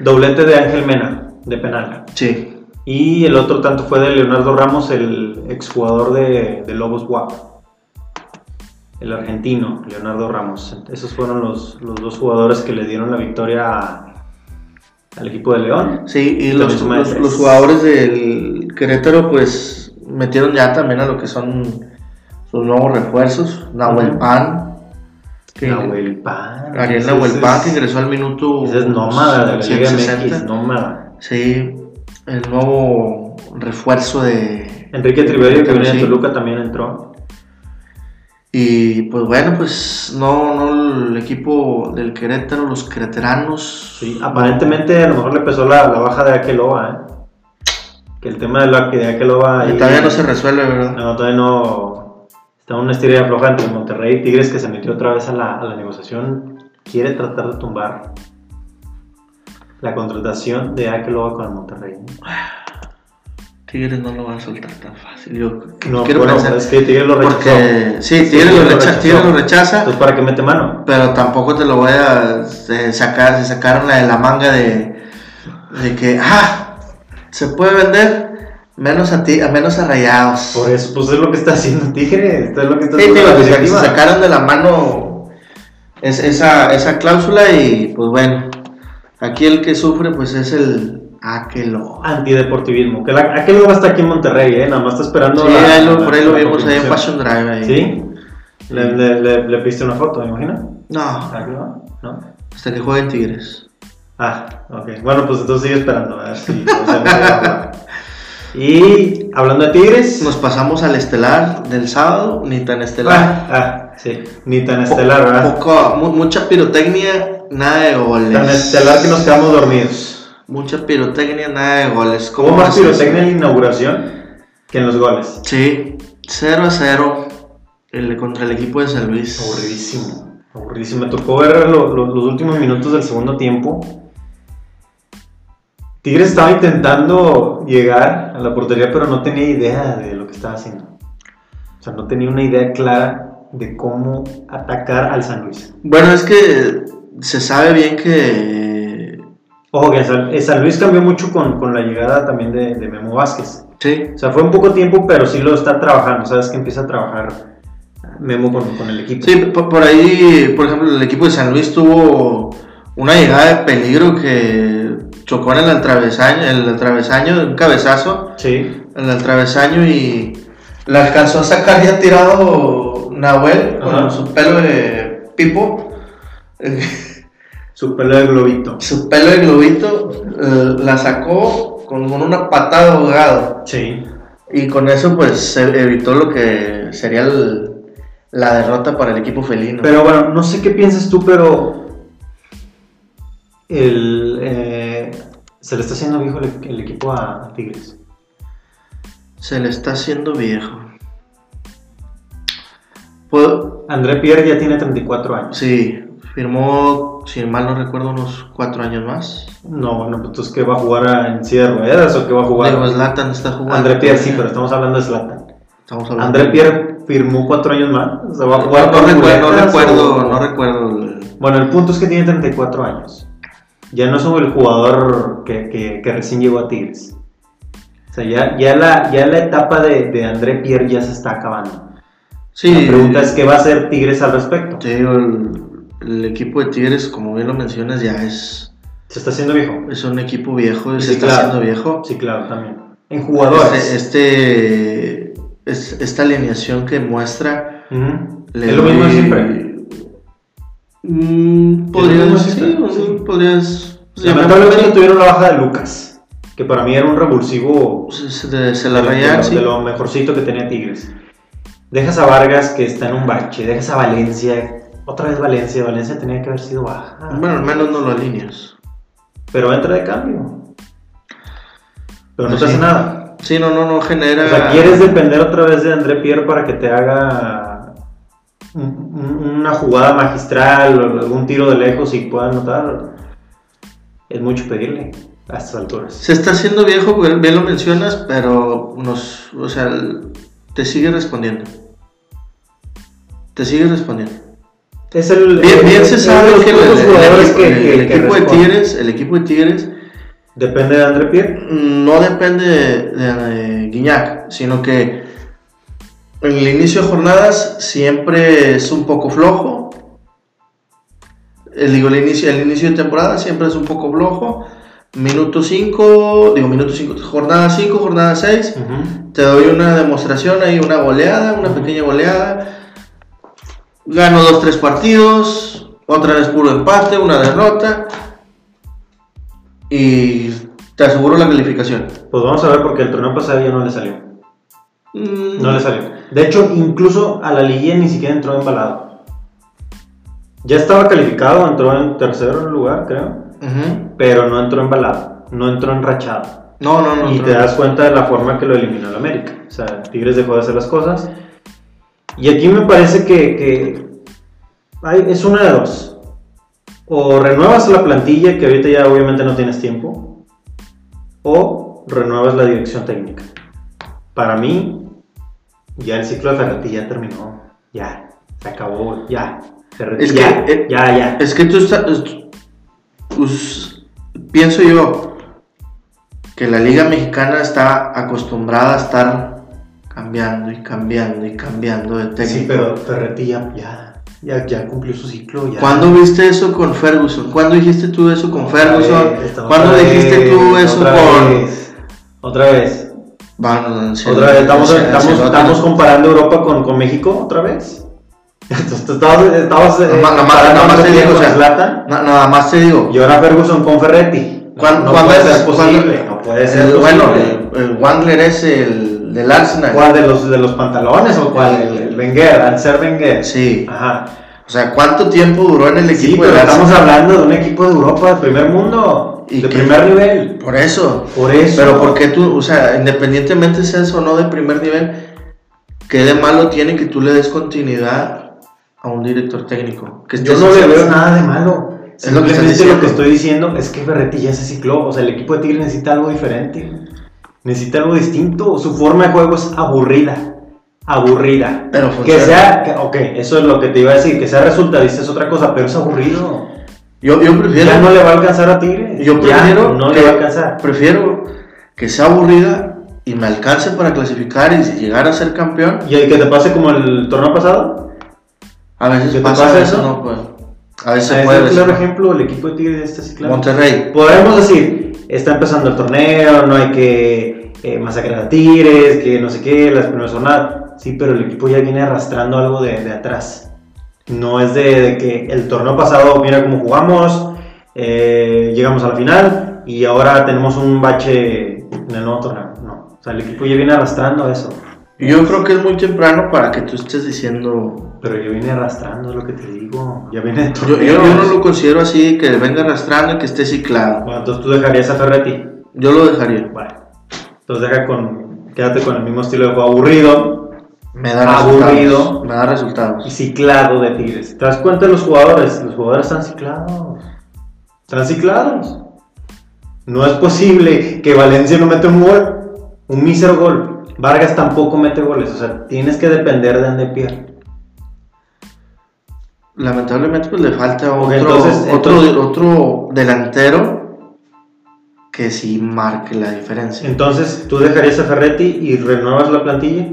Speaker 2: Doblete de Ángel Mena, de penal.
Speaker 1: sí
Speaker 2: Y el otro tanto fue de Leonardo Ramos, el exjugador de, de Lobos WAP. El argentino, Leonardo Ramos. Esos fueron los, los dos jugadores que le dieron la victoria a- al equipo de León.
Speaker 1: sí y
Speaker 2: También
Speaker 1: los,
Speaker 2: suma de
Speaker 1: los-
Speaker 2: tres.
Speaker 1: los jugadores del Querétaro pues metieron ya también a lo que son sus nuevos refuerzos Nahuel
Speaker 2: Ujú.
Speaker 1: Pan que
Speaker 2: Nahuel Pan.
Speaker 1: Ariel
Speaker 2: ese
Speaker 1: Nahuel
Speaker 2: es-
Speaker 1: Pan que ingresó al minuto
Speaker 2: Ese es nómada de la Liga
Speaker 1: 160.
Speaker 2: MX, nómada.
Speaker 1: Sí, el nuevo refuerzo de...
Speaker 2: Enrique Triverio, que viene
Speaker 1: Sí.
Speaker 2: de Toluca, también entró.
Speaker 1: Y pues bueno, pues no, no el equipo del Querétaro, los quereteranos.
Speaker 2: Sí, aparentemente a lo mejor le pesó la, la baja de Akeloba, ¿eh? Que el tema de la de Akeloba...
Speaker 1: que
Speaker 2: ahí-
Speaker 1: todavía no se resuelve, ¿verdad?
Speaker 2: No, todavía no. Está una estiria y afloja entre Monterrey y Tigres que se metió otra vez a la, a la negociación. Quiere tratar de tumbar la contratación de Akeloba con el Monterrey.
Speaker 1: Tigres no lo va a soltar tan fácil. Yo
Speaker 2: No,
Speaker 1: quiero
Speaker 2: bueno,
Speaker 1: pensar.
Speaker 2: es que Tigres lo rechazó.
Speaker 1: Porque sí, Tigres lo, recha- Tigres lo rechaza,
Speaker 2: Entonces, ¿para qué mete mano?
Speaker 1: pero tampoco te lo voy a eh, sacar. Se sacaron la de la manga de, de que, ah, se puede vender menos a ti, a menos a rayados.
Speaker 2: Por eso, pues es lo que está haciendo Tigres. Esto es lo que está
Speaker 1: Sí,
Speaker 2: haciendo
Speaker 1: digo,
Speaker 2: la
Speaker 1: que se,
Speaker 2: directiva.
Speaker 1: se sacaron de la mano es- esa, esa cláusula y pues bueno, aquí el que sufre pues es el Aquelo.
Speaker 2: Antideportivismo. Que la, Akeloba está aquí en Monterrey, ¿eh? Nada más está esperando.
Speaker 1: Sí,
Speaker 2: la-
Speaker 1: ahí lo-
Speaker 2: la-
Speaker 1: por ahí lo
Speaker 2: la
Speaker 1: vimos ahí en
Speaker 2: confirmación.
Speaker 1: Passion Drive. ahí.
Speaker 2: ¿Sí? Le, le, le- le pediste una foto, me imagino.
Speaker 1: No,
Speaker 2: Akeloba, ¿no?
Speaker 1: hasta que jueguen Tigres.
Speaker 2: Ah, ok. Bueno, pues entonces sigue esperando. a ver si- o sea, y hablando de Tigres. Ah,
Speaker 1: Nos pasamos al estelar del sábado, ni tan estelar.
Speaker 2: Ah, ah, sí. Ni tan estelar, ¿verdad?
Speaker 1: Poco, mu- mucha pirotecnia, nada de goles.
Speaker 2: Tan estelar que nos quedamos dormidos.
Speaker 1: Mucha pirotecnia, nada de goles.
Speaker 2: Hubo más
Speaker 1: haces?
Speaker 2: pirotecnia en la inauguración que en los goles.
Speaker 1: Sí, 0 a 0 el, contra el equipo de San Luis.
Speaker 2: Aburridísimo. Aburridísimo. Me tocó ver lo- lo- los últimos minutos del segundo tiempo. Tigres estaba intentando llegar a la portería, pero no tenía idea de lo que estaba haciendo. O sea, no tenía una idea clara de cómo atacar al San Luis.
Speaker 1: Bueno, es que se sabe bien que.
Speaker 2: Ojo, que San, eh, San Luis cambió mucho con, con la llegada también de, de Memo Vázquez.
Speaker 1: Sí,
Speaker 2: O sea, fue un poco tiempo, pero sí lo está trabajando. Sabes que empieza a trabajar Memo con, con el equipo.
Speaker 1: sí, po- por ahí, por ejemplo, el equipo de San Luis tuvo una llegada de peligro que chocó en el atravesaño, el atravesaño, un cabezazo
Speaker 2: Sí.
Speaker 1: en el atravesaño y la alcanzó a sacar ya tirado Nahuel
Speaker 2: Ajá.
Speaker 1: con su pelo de pipo.
Speaker 2: Su pelo de globito.
Speaker 1: su pelo de globito eh, la sacó con una patada de ahogado.
Speaker 2: Sí.
Speaker 1: Y con eso, pues se evitó lo que sería el- la derrota para el equipo felino.
Speaker 2: Pero bueno, no sé qué piensas tú, pero el, eh, se le está haciendo viejo el, el equipo a, a Tigres.
Speaker 1: se le está haciendo viejo. Puedo-
Speaker 2: André Pierre ya tiene 34 años.
Speaker 1: Sí, firmó, si mal no recuerdo, unos cuatro años más.
Speaker 2: No, bueno, pues entonces que va a jugar a- en silla de ruedas o que va a jugar.
Speaker 1: Digo, Zlatan está jugando.
Speaker 2: André Pierre, sí, pero estamos hablando de Zlatan.
Speaker 1: Estamos hablando
Speaker 2: André Pierre firmó 4 años más. O sea, va a jugar
Speaker 1: No
Speaker 2: con
Speaker 1: recuerdo, no
Speaker 2: muletas
Speaker 1: recuerdo,
Speaker 2: o-
Speaker 1: no recuerdo el-
Speaker 2: Bueno, el punto es que tiene 34 años. Ya no es como el jugador que, que- que recién llegó a Tigres. O sea, ya, ya, la, ya la etapa de, de André Pierre ya se está acabando.
Speaker 1: Sí,
Speaker 2: La pregunta es qué va a hacer Tigres al respecto.
Speaker 1: te digo, el, el equipo de Tigres, como bien lo mencionas, ya es,
Speaker 2: ¿Se está haciendo viejo?
Speaker 1: es un equipo viejo,
Speaker 2: Sí,
Speaker 1: se está
Speaker 2: claro.
Speaker 1: haciendo viejo.
Speaker 2: Sí, claro, también. En jugadores.
Speaker 1: Este, este- es- esta alineación que muestra.
Speaker 2: Ujú.
Speaker 1: le
Speaker 2: Es lo mismo de
Speaker 1: doy-
Speaker 2: siempre.
Speaker 1: Mm,
Speaker 2: Es lo mismo de
Speaker 1: podrías. Sí,
Speaker 2: siempre, sí.
Speaker 1: podrías.
Speaker 2: Lamentablemente tuvieron la baja de Lucas, que para mí era un revulsivo
Speaker 1: Se, se te- se la
Speaker 2: de, lo- de
Speaker 1: rayan,
Speaker 2: lo,
Speaker 1: sí.
Speaker 2: de lo mejorcito que tenía Tigres. Dejas a Vargas que está en un bache, dejas a Valencia, otra vez Valencia, Valencia tenía que haber sido baja.
Speaker 1: Bueno, al menos no lo alineas.
Speaker 2: Pero entra de cambio. Pero no
Speaker 1: Pues
Speaker 2: te hace
Speaker 1: sí.
Speaker 2: nada.
Speaker 1: Sí, no, no, no genera.
Speaker 2: O sea, quieres depender otra vez de André Pierre para que te haga un- un- una jugada magistral o algún tiro de lejos y pueda anotar. Es mucho pedirle a estas alturas.
Speaker 1: Se está haciendo viejo, bien bien lo mencionas, pero nos. O sea, el- te sigue respondiendo. Te sigue respondiendo.
Speaker 2: Es el,
Speaker 1: Bien, bien se
Speaker 2: es
Speaker 1: sabe
Speaker 2: de los
Speaker 1: que el,
Speaker 2: pocos
Speaker 1: el-
Speaker 2: jugadores
Speaker 1: el-
Speaker 2: que-
Speaker 1: el
Speaker 2: que- que
Speaker 1: equipo de
Speaker 2: responden.
Speaker 1: Tigres, el equipo de Tigres
Speaker 2: Depende de André Pierre.
Speaker 1: no depende de, de Guiñac, sino que en el inicio de jornadas siempre es un poco flojo. El, digo, el, inicio, el inicio de temporada siempre es un poco flojo. Minuto 5, digo minuto 5, jornada 5, jornada 6. Te doy una demostración ahí, una goleada, una pequeña goleada. Gano dos, tres partidos. Otra vez puro empate, una derrota. Y te aseguro la calificación.
Speaker 2: Pues vamos a ver porque el torneo pasado ya no le salió.
Speaker 1: Mm,
Speaker 2: No le salió. De hecho, incluso a la liguilla ni siquiera entró embalado. Ya estaba calificado, entró en tercer lugar, creo.
Speaker 1: ujú.
Speaker 2: Pero no entró embalado, no entró enrachado.
Speaker 1: No, no, no.
Speaker 2: y
Speaker 1: no.
Speaker 2: te das cuenta de la forma que lo eliminó el América. O sea, Tigres dejó de hacer las cosas. Y aquí me parece que, que hay- es una de dos. O renuevas la plantilla, que ahorita ya obviamente no tienes tiempo, o renuevas la dirección técnica. Para mí, ya el ciclo de Ferretti ya terminó. Ya, se acabó, ya. Ferretti,
Speaker 1: Es que,
Speaker 2: ya,
Speaker 1: eh,
Speaker 2: ya, ya.
Speaker 1: Es que tú estás. pues, pienso yo que la Liga Mexicana está acostumbrada a estar cambiando y cambiando y cambiando de técnico.
Speaker 2: Sí, pero Ferretti ya, ya, ya, ya cumplió su ciclo. Ya.
Speaker 1: ¿Cuándo viste eso con Ferguson? ¿Cuándo dijiste tú eso con Ferguson?
Speaker 2: Otra vez, otra
Speaker 1: ¿Cuándo
Speaker 2: vez,
Speaker 1: dijiste tú eso
Speaker 2: otra
Speaker 1: con.?
Speaker 2: vez, otra vez,
Speaker 1: Bueno, se-
Speaker 2: otra vez. Estamos,
Speaker 1: se-
Speaker 2: estamos,
Speaker 1: se-
Speaker 2: estamos comparando Europa con, con México otra vez. Entonces, tú estabas, estabas eh,
Speaker 1: Nada más- nada más-
Speaker 2: comparando
Speaker 1: nada más
Speaker 2: a
Speaker 1: te
Speaker 2: Messi
Speaker 1: digo,
Speaker 2: con
Speaker 1: o sea,
Speaker 2: Zlatan
Speaker 1: na- Nada más te digo.
Speaker 2: y ahora Ferguson con Ferretti. No,
Speaker 1: ¿Cuán-
Speaker 2: no
Speaker 1: cuándo
Speaker 2: puede
Speaker 1: es-
Speaker 2: ser
Speaker 1: cuándo-
Speaker 2: posible. Eh, No puede ser
Speaker 1: el-
Speaker 2: posible.
Speaker 1: eh, bueno, el, el Wandler es el del Arsenal.
Speaker 2: eh, ¿Cuál de los, de los pantalones o cuál? El, el Wenger, al ser Wenger.
Speaker 1: Sí.
Speaker 2: Ajá.
Speaker 1: O sea, ¿cuánto tiempo duró en el
Speaker 2: Sí,
Speaker 1: equipo
Speaker 2: pero
Speaker 1: del
Speaker 2: estamos
Speaker 1: Arsenal?
Speaker 2: hablando de un equipo de Europa, del primer mundo. torneo
Speaker 1: Y
Speaker 2: de
Speaker 1: que-
Speaker 2: primer nivel.
Speaker 1: Por eso.
Speaker 2: Por eso.
Speaker 1: Pero porque tú, o sea, independientemente seas o no de primer nivel, ¿qué de malo tiene que tú le des continuidad a un director técnico? Que
Speaker 2: Yo
Speaker 1: estés
Speaker 2: no le
Speaker 1: en-
Speaker 2: veo nada de malo.
Speaker 1: Es lo que estás
Speaker 2: Simplemente lo
Speaker 1: diciendo.
Speaker 2: que estoy diciendo es que Ferretti ya se cicló. O sea, el equipo de Tigre necesita algo diferente. Necesita algo distinto. Su forma de juego es aburrida. Aburrida.
Speaker 1: Pero
Speaker 2: Que
Speaker 1: funciona.
Speaker 2: sea, que- ok, eso es lo que te iba a decir. Que sea resultadista es otra cosa, pero es aburrido.
Speaker 1: Yo, yo prefiero.
Speaker 2: Ya no le va a alcanzar a Tigre.
Speaker 1: Yo
Speaker 2: Ya
Speaker 1: prefiero
Speaker 2: no
Speaker 1: que-
Speaker 2: le va a alcanzar.
Speaker 1: Prefiero que sea aburrida y me alcance para clasificar y llegar a ser campeón.
Speaker 2: Y el que te pase como el torneo pasado.
Speaker 1: A
Speaker 2: ¿Que
Speaker 1: veces
Speaker 2: te
Speaker 1: pasa,
Speaker 2: pasa
Speaker 1: eso,
Speaker 2: eso?
Speaker 1: no, pues. A veces
Speaker 2: Ah,
Speaker 1: se
Speaker 2: es
Speaker 1: puede. a
Speaker 2: un
Speaker 1: veces
Speaker 2: claro
Speaker 1: no.
Speaker 2: ejemplo, el equipo de Tigre está ciclado.
Speaker 1: Monterrey.
Speaker 2: Podemos decir, está empezando el torneo, no hay que eh, masacrar a Tigres, que no sé qué, las primeras jornadas. Sí, pero el equipo ya viene arrastrando algo de, de atrás. No es de, de que el torneo pasado, mira cómo jugamos, eh, llegamos a la final y ahora tenemos un bache en el nuevo torneo. No, o sea, el equipo ya viene arrastrando eso.
Speaker 1: Y Yo creo que es muy temprano para que tú estés diciendo.
Speaker 2: Pero ya viene arrastrando, es lo que te digo. Ya viene el
Speaker 1: Yo,
Speaker 2: torneo.
Speaker 1: yo- yo no lo considero así, que venga arrastrando y que esté ciclado.
Speaker 2: Bueno, entonces tú dejarías a Ferretti.
Speaker 1: Yo lo dejaría.
Speaker 2: Bueno, entonces deja con, quédate con el mismo estilo de juego aburrido
Speaker 1: Me da
Speaker 2: Aburrido.
Speaker 1: resultados. Me da resultados.
Speaker 2: y ciclado de Tigres. ¿Te das cuenta de los jugadores? Los jugadores están ciclados. Están ciclados. No es posible que Valencia no meta un gol, un mísero gol. Vargas tampoco mete goles. O sea, tienes que depender de Andepierre.
Speaker 1: Lamentablemente pues, le falta otro,
Speaker 2: Ok, entonces-
Speaker 1: otro,
Speaker 2: entonces-
Speaker 1: otro delantero que sí marque la diferencia.
Speaker 2: Entonces, tú dejarías a Ferretti y renuevas la plantilla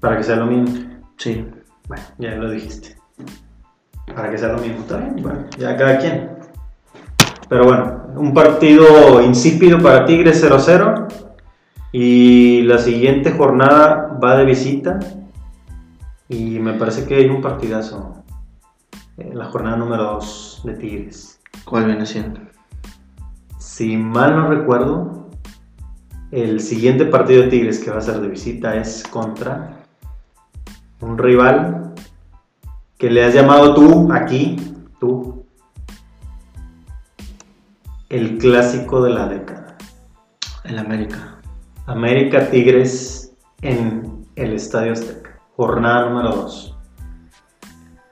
Speaker 2: para que sea lo mismo.
Speaker 1: Sí.
Speaker 2: Bueno, ya lo dijiste. Para que sea lo mismo, está bien. Bueno, ya cada quien. Pero bueno, un partido insípido para Tigres 0-0. Y la siguiente jornada va de visita. Y me parece que hay un partidazo. En la jornada número 2 de Tigres.
Speaker 1: ¿Cuál viene siendo?
Speaker 2: Si mal no recuerdo, el siguiente partido de Tigres que va a ser de visita es contra un rival que le has llamado tú aquí, tú, el clásico de la década.
Speaker 1: El América.
Speaker 2: América Tigres en el Estadio Azteca, jornada número 2.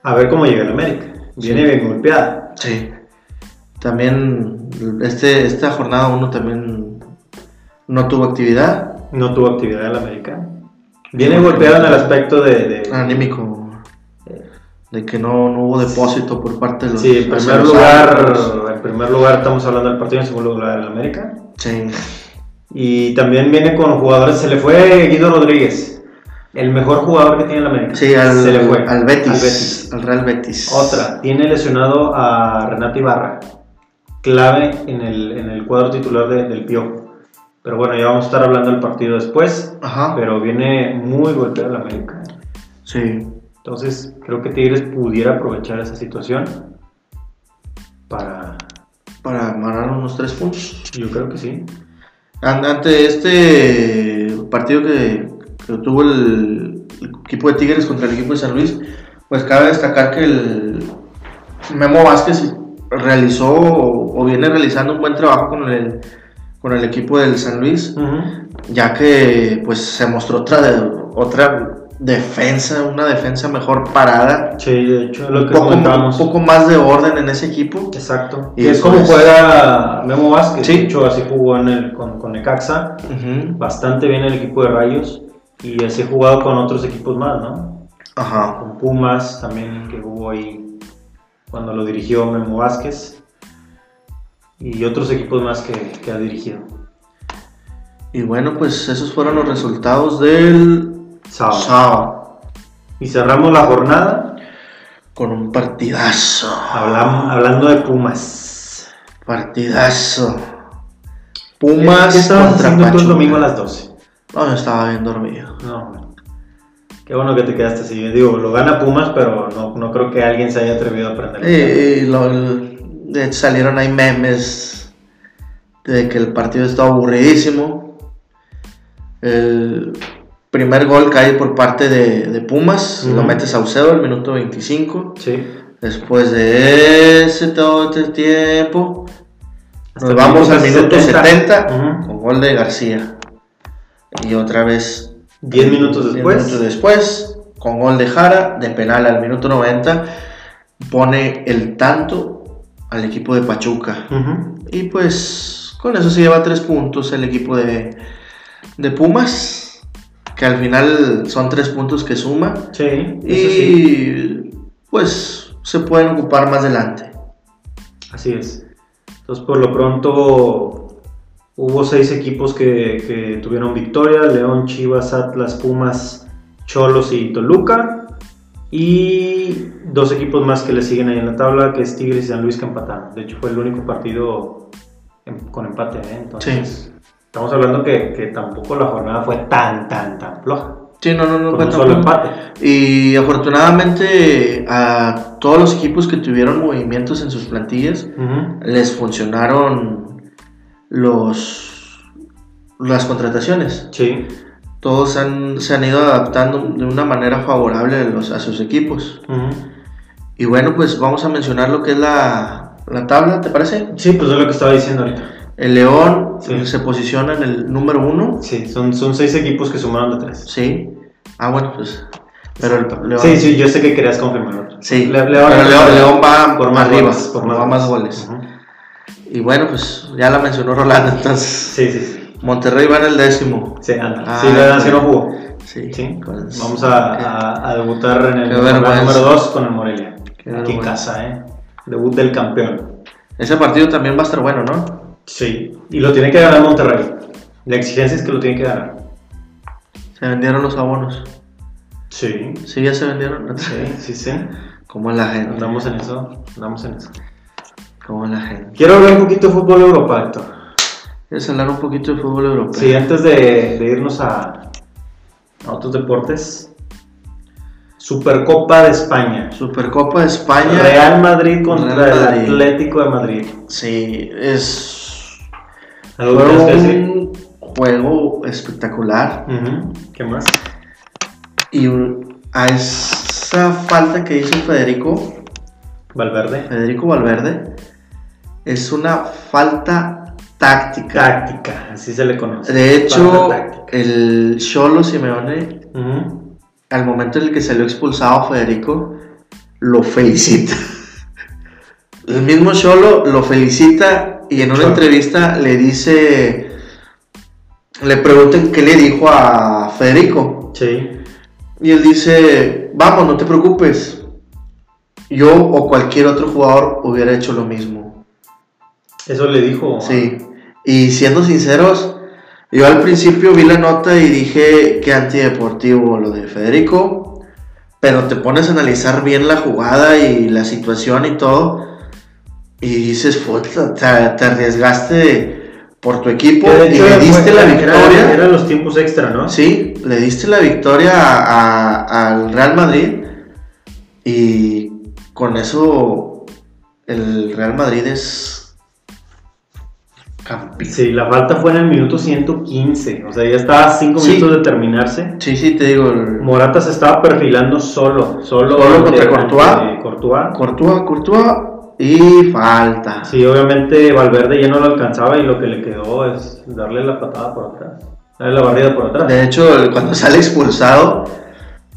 Speaker 2: A ver cómo llega el América. Viene
Speaker 1: Sí.
Speaker 2: bien golpeada.
Speaker 1: Sí. También este, esta jornada 1 también no tuvo actividad.
Speaker 2: No tuvo actividad el América. Viene golpeado en el aspecto de- de,
Speaker 1: Ah, Anímico. De que no, no hubo depósito por parte de los...
Speaker 2: Sí, en primer
Speaker 1: los
Speaker 2: lugar,
Speaker 1: árbitros.
Speaker 2: en primer lugar estamos hablando del partido, en segundo lugar el América.
Speaker 1: Sí.
Speaker 2: Y también viene con jugadores, se le fue Guido Rodríguez, el mejor jugador que tiene el América.
Speaker 1: Sí, al,
Speaker 2: se le fue
Speaker 1: al Betis, al
Speaker 2: al Betis.
Speaker 1: Real Betis.
Speaker 2: Otra, tiene lesionado a Renato Ibarra, clave en el, en el cuadro titular de- del Piojo. Pero bueno, ya vamos a estar hablando del partido después,
Speaker 1: Ajá.
Speaker 2: pero viene muy golpeado el América.
Speaker 1: Sí.
Speaker 2: Entonces, creo que Tigres pudiera aprovechar esa situación para...
Speaker 1: Para amarrar unos tres puntos.
Speaker 2: Yo creo que sí.
Speaker 1: An- Ante este partido que, que tuvo el, el equipo de Tigres contra el equipo de San Luis, pues cabe destacar que el Memo Vázquez realizó o, o viene realizando un buen trabajo con el, con el equipo del San Luis, ya que pues se mostró otra, de- otra defensa, una defensa mejor parada,
Speaker 2: Sí, de hecho, lo
Speaker 1: un
Speaker 2: que
Speaker 1: poco,
Speaker 2: comentábamos.
Speaker 1: un poco más de orden en ese equipo.
Speaker 2: Exacto.
Speaker 1: Y
Speaker 2: Y es
Speaker 1: eso
Speaker 2: como
Speaker 1: es-
Speaker 2: juega Memo Vázquez.
Speaker 1: Sí.
Speaker 2: De hecho, así jugó en el, con, con Necaxa.
Speaker 1: Ujú.
Speaker 2: Bastante bien el equipo de Rayos. Y así ha jugado con otros equipos más, ¿no?
Speaker 1: Ajá.
Speaker 2: Con Pumas también, que jugó ahí cuando lo dirigió Memo Vázquez. Y otros equipos más que, que ha dirigido.
Speaker 1: Y bueno, pues esos fueron los resultados del
Speaker 2: Sábado.
Speaker 1: sábado.
Speaker 2: Y cerramos la jornada
Speaker 1: Con un partidazo.
Speaker 2: hablam- hablando de Pumas.
Speaker 1: Partidazo. Eh,
Speaker 2: ¿Qué
Speaker 1: Pumas
Speaker 2: estabas
Speaker 1: contra
Speaker 2: haciendo tú el
Speaker 1: Pachuca.
Speaker 2: domingo a las 12?
Speaker 1: No, yo estaba bien dormido.
Speaker 2: No, bueno. qué bueno que te quedaste así. Digo, lo gana Pumas, pero no, no creo que alguien se haya atrevido a aprender.
Speaker 1: Y, y lo- el- de hecho, salieron ahí memes de que el partido está aburridísimo. El primer gol cae por parte de, de Pumas. Lo
Speaker 2: Ujú.
Speaker 1: mete Saucedo al minuto 25.
Speaker 2: Sí,
Speaker 1: Después de ese todo este tiempo, Nos vamos al minuto 70, con gol de García. Y otra vez.
Speaker 2: 10 minutos
Speaker 1: diez
Speaker 2: después.
Speaker 1: minutos después, con gol de Jara, de penal al minuto 90, pone el tanto al equipo de Pachuca.
Speaker 2: Ujú.
Speaker 1: Y pues con eso se lleva tres puntos el equipo de, de Pumas, que al final son tres puntos que suma.
Speaker 2: Sí, eso
Speaker 1: Y
Speaker 2: sí.
Speaker 1: pues se pueden ocupar más adelante.
Speaker 2: Así es. Entonces, por lo pronto, hubo seis equipos que, que tuvieron victoria: León, Chivas, Atlas, Pumas, Cholos y Toluca. Y dos equipos más que le siguen ahí en la tabla, que es Tigres y San Luis que empataron. De hecho, fue el único partido en- con empate. ¿eh? Entonces, estamos hablando que, que tampoco la jornada fue tan, tan, tan floja.
Speaker 1: Sí, no, no, no
Speaker 2: Con un
Speaker 1: cuenta
Speaker 2: solo
Speaker 1: punto.
Speaker 2: empate.
Speaker 1: Y afortunadamente a todos los equipos que tuvieron movimientos en sus plantillas
Speaker 2: Ujú.
Speaker 1: les funcionaron los las contrataciones.
Speaker 2: Sí.
Speaker 1: Todos han- se han ido adaptando de una manera favorable a, los- a sus equipos.
Speaker 2: Ujú.
Speaker 1: Y bueno, pues vamos a mencionar lo que es la, la tabla, ¿te parece?
Speaker 2: Sí, pues es lo que estaba diciendo ahorita.
Speaker 1: El León
Speaker 2: Sí.
Speaker 1: se posiciona en el número uno.
Speaker 2: Sí, son, son seis equipos que sumaron de tres.
Speaker 1: Sí. Ah, bueno, pues. Pero el León.
Speaker 2: Sí, sí, yo sé que querías confirmarlo.
Speaker 1: Sí.
Speaker 2: Le-
Speaker 1: Pero
Speaker 2: León-
Speaker 1: León, León va
Speaker 2: por
Speaker 1: por
Speaker 2: más
Speaker 1: más arriba,
Speaker 2: goles, por
Speaker 1: va
Speaker 2: más
Speaker 1: más
Speaker 2: goles.
Speaker 1: goles.
Speaker 2: Ujú.
Speaker 1: Y bueno, pues ya la mencionó Rolando, entonces.
Speaker 2: Sí, sí, sí.
Speaker 1: Monterrey va en el décimo.
Speaker 2: Sí, anda.
Speaker 1: Ah,
Speaker 2: sí, la verdad es que no jugó.
Speaker 1: Sí.
Speaker 2: Sí.
Speaker 1: Pues,
Speaker 2: Vamos a,
Speaker 1: qué-
Speaker 2: a- a debutar en el
Speaker 1: Qué
Speaker 2: lugar
Speaker 1: vergüenza.
Speaker 2: número 2 con el Morelia.
Speaker 1: Qué
Speaker 2: Aquí en
Speaker 1: vergüenza.
Speaker 2: casa, ¿eh? Debut del campeón.
Speaker 1: Ese partido también va a estar bueno, ¿no?
Speaker 2: Sí. Y lo tiene que ganar Monterrey. La exigencia es que lo tiene que ganar.
Speaker 1: Se vendieron los abonos.
Speaker 2: Sí.
Speaker 1: Sí, ya se vendieron.
Speaker 2: Sí, sí, sí.
Speaker 1: Como la gente.
Speaker 2: Andamos en eso. Andamos en eso.
Speaker 1: Como la gente.
Speaker 2: Quiero hablar un poquito de fútbol europeo, Héctor.
Speaker 1: ¿Quieres hablar un poquito de fútbol europeo?
Speaker 2: Sí, antes de, de irnos a, a otros deportes, Supercopa de España.
Speaker 1: Supercopa de España.
Speaker 2: Real Madrid contra
Speaker 1: Real
Speaker 2: el
Speaker 1: Madrid.
Speaker 2: Atlético de Madrid.
Speaker 1: Sí, es.
Speaker 2: ¿Algo
Speaker 1: Fue
Speaker 2: que quieras decir?
Speaker 1: un juego espectacular.
Speaker 2: Ujú. ¿Qué más?
Speaker 1: Y un- a esa falta que hizo Federico,
Speaker 2: Valverde.
Speaker 1: Federico Valverde, es una falta táctica.
Speaker 2: Táctica, así se le conoce.
Speaker 1: De hecho,
Speaker 2: Falta táctica.
Speaker 1: el Cholo Simeone,
Speaker 2: Ujú.
Speaker 1: al momento en el que se lo expulsado a Federico, lo felicita. El mismo Cholo lo felicita y en una
Speaker 2: Cholo.
Speaker 1: entrevista le dice, le preguntan qué le dijo a Federico.
Speaker 2: Sí.
Speaker 1: Y él dice, vamos, no te preocupes. Yo o cualquier otro jugador hubiera hecho lo mismo.
Speaker 2: Eso le dijo.
Speaker 1: Sí. Y siendo sinceros, yo al principio vi la nota y dije que antideportivo lo de Federico. Pero te pones a analizar bien la jugada y la situación y todo. Y dices, puta, te, te arriesgaste por tu equipo
Speaker 2: Que de
Speaker 1: y
Speaker 2: hecho
Speaker 1: le
Speaker 2: era-
Speaker 1: diste la
Speaker 2: era-
Speaker 1: victoria.
Speaker 2: Eran los tiempos extra, ¿no?
Speaker 1: Sí, le diste la victoria a- a- al Real Madrid y con eso el Real Madrid es campeón.
Speaker 2: Sí, la falta fue en el minuto 115. O sea, ya estaba a 5
Speaker 1: Sí.
Speaker 2: minutos de terminarse.
Speaker 1: Sí, sí, te digo, el-
Speaker 2: Morata se estaba perfilando solo, solo,
Speaker 1: Solo
Speaker 2: ante-
Speaker 1: contra Courtois.
Speaker 2: ante Courtois.
Speaker 1: Courtois, Courtois y falta.
Speaker 2: Sí, obviamente Valverde ya no lo alcanzaba y lo que le quedó es darle la patada por atrás, darle la barrida por atrás.
Speaker 1: De hecho, el- cuando sale expulsado,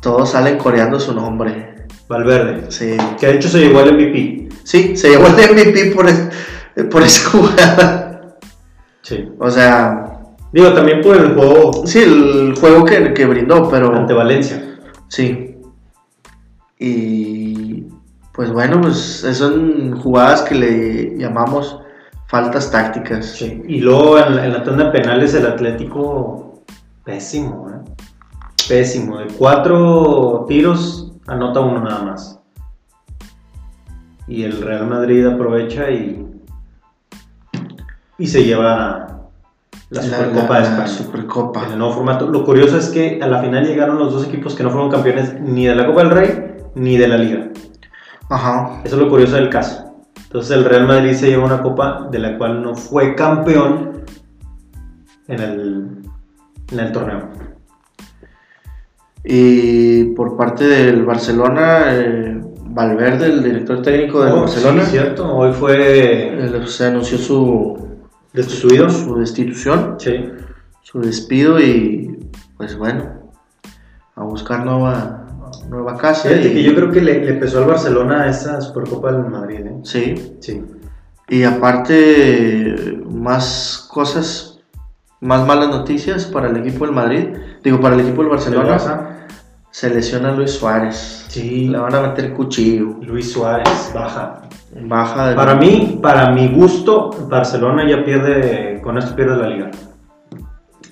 Speaker 1: todos salen coreando su nombre.
Speaker 2: Valverde,
Speaker 1: Sí,
Speaker 2: que de hecho se llevó el MVP.
Speaker 1: sí se llevó el MVP por, es- por esa jugada.
Speaker 2: Sí.
Speaker 1: O sea,
Speaker 2: Digo, también por el juego
Speaker 1: sí, el juego que, que brindó, pero...
Speaker 2: ante Valencia.
Speaker 1: Sí. Y pues bueno, pues esas son jugadas que le llamamos faltas tácticas.
Speaker 2: Sí. Y luego en, la- en la tanda de penales el Atlético, pésimo, ¿eh? Pésimo. De cuatro tiros, anota uno nada más. Y el Real Madrid aprovecha y, y se lleva la Supercopa
Speaker 1: la
Speaker 2: de España.
Speaker 1: Supercopa.
Speaker 2: En el nuevo formato. Lo curioso es que a la final llegaron los dos equipos que no fueron campeones ni de la Copa del Rey ni de la Liga.
Speaker 1: Ajá.
Speaker 2: Eso es lo curioso del caso. Entonces el Real Madrid se lleva una copa de la cual no fue campeón en el, en el torneo.
Speaker 1: Y por parte del Barcelona, eh, Valverde, el director técnico del
Speaker 2: Oh,
Speaker 1: Barcelona,
Speaker 2: sí, cierto. Hoy fue
Speaker 1: eh, se anunció su,
Speaker 2: destituido.
Speaker 1: su destitución,
Speaker 2: Sí.
Speaker 1: su despido y pues bueno, a buscar nueva, nueva casa.
Speaker 2: Fíjate
Speaker 1: y-
Speaker 2: que yo creo que le, le pesó al Barcelona esa Supercopa del Madrid, ¿eh?
Speaker 1: Sí,
Speaker 2: Sí.
Speaker 1: Y aparte, más cosas, más malas noticias para el equipo del Madrid. Digo, para el equipo del Barcelona. Se lesiona Luis Suárez.
Speaker 2: Sí,
Speaker 1: Y le van a meter cuchillo.
Speaker 2: Luis Suárez baja.
Speaker 1: Baja de...
Speaker 2: Para mí, para mi gusto, Barcelona ya pierde, con esto pierde la liga.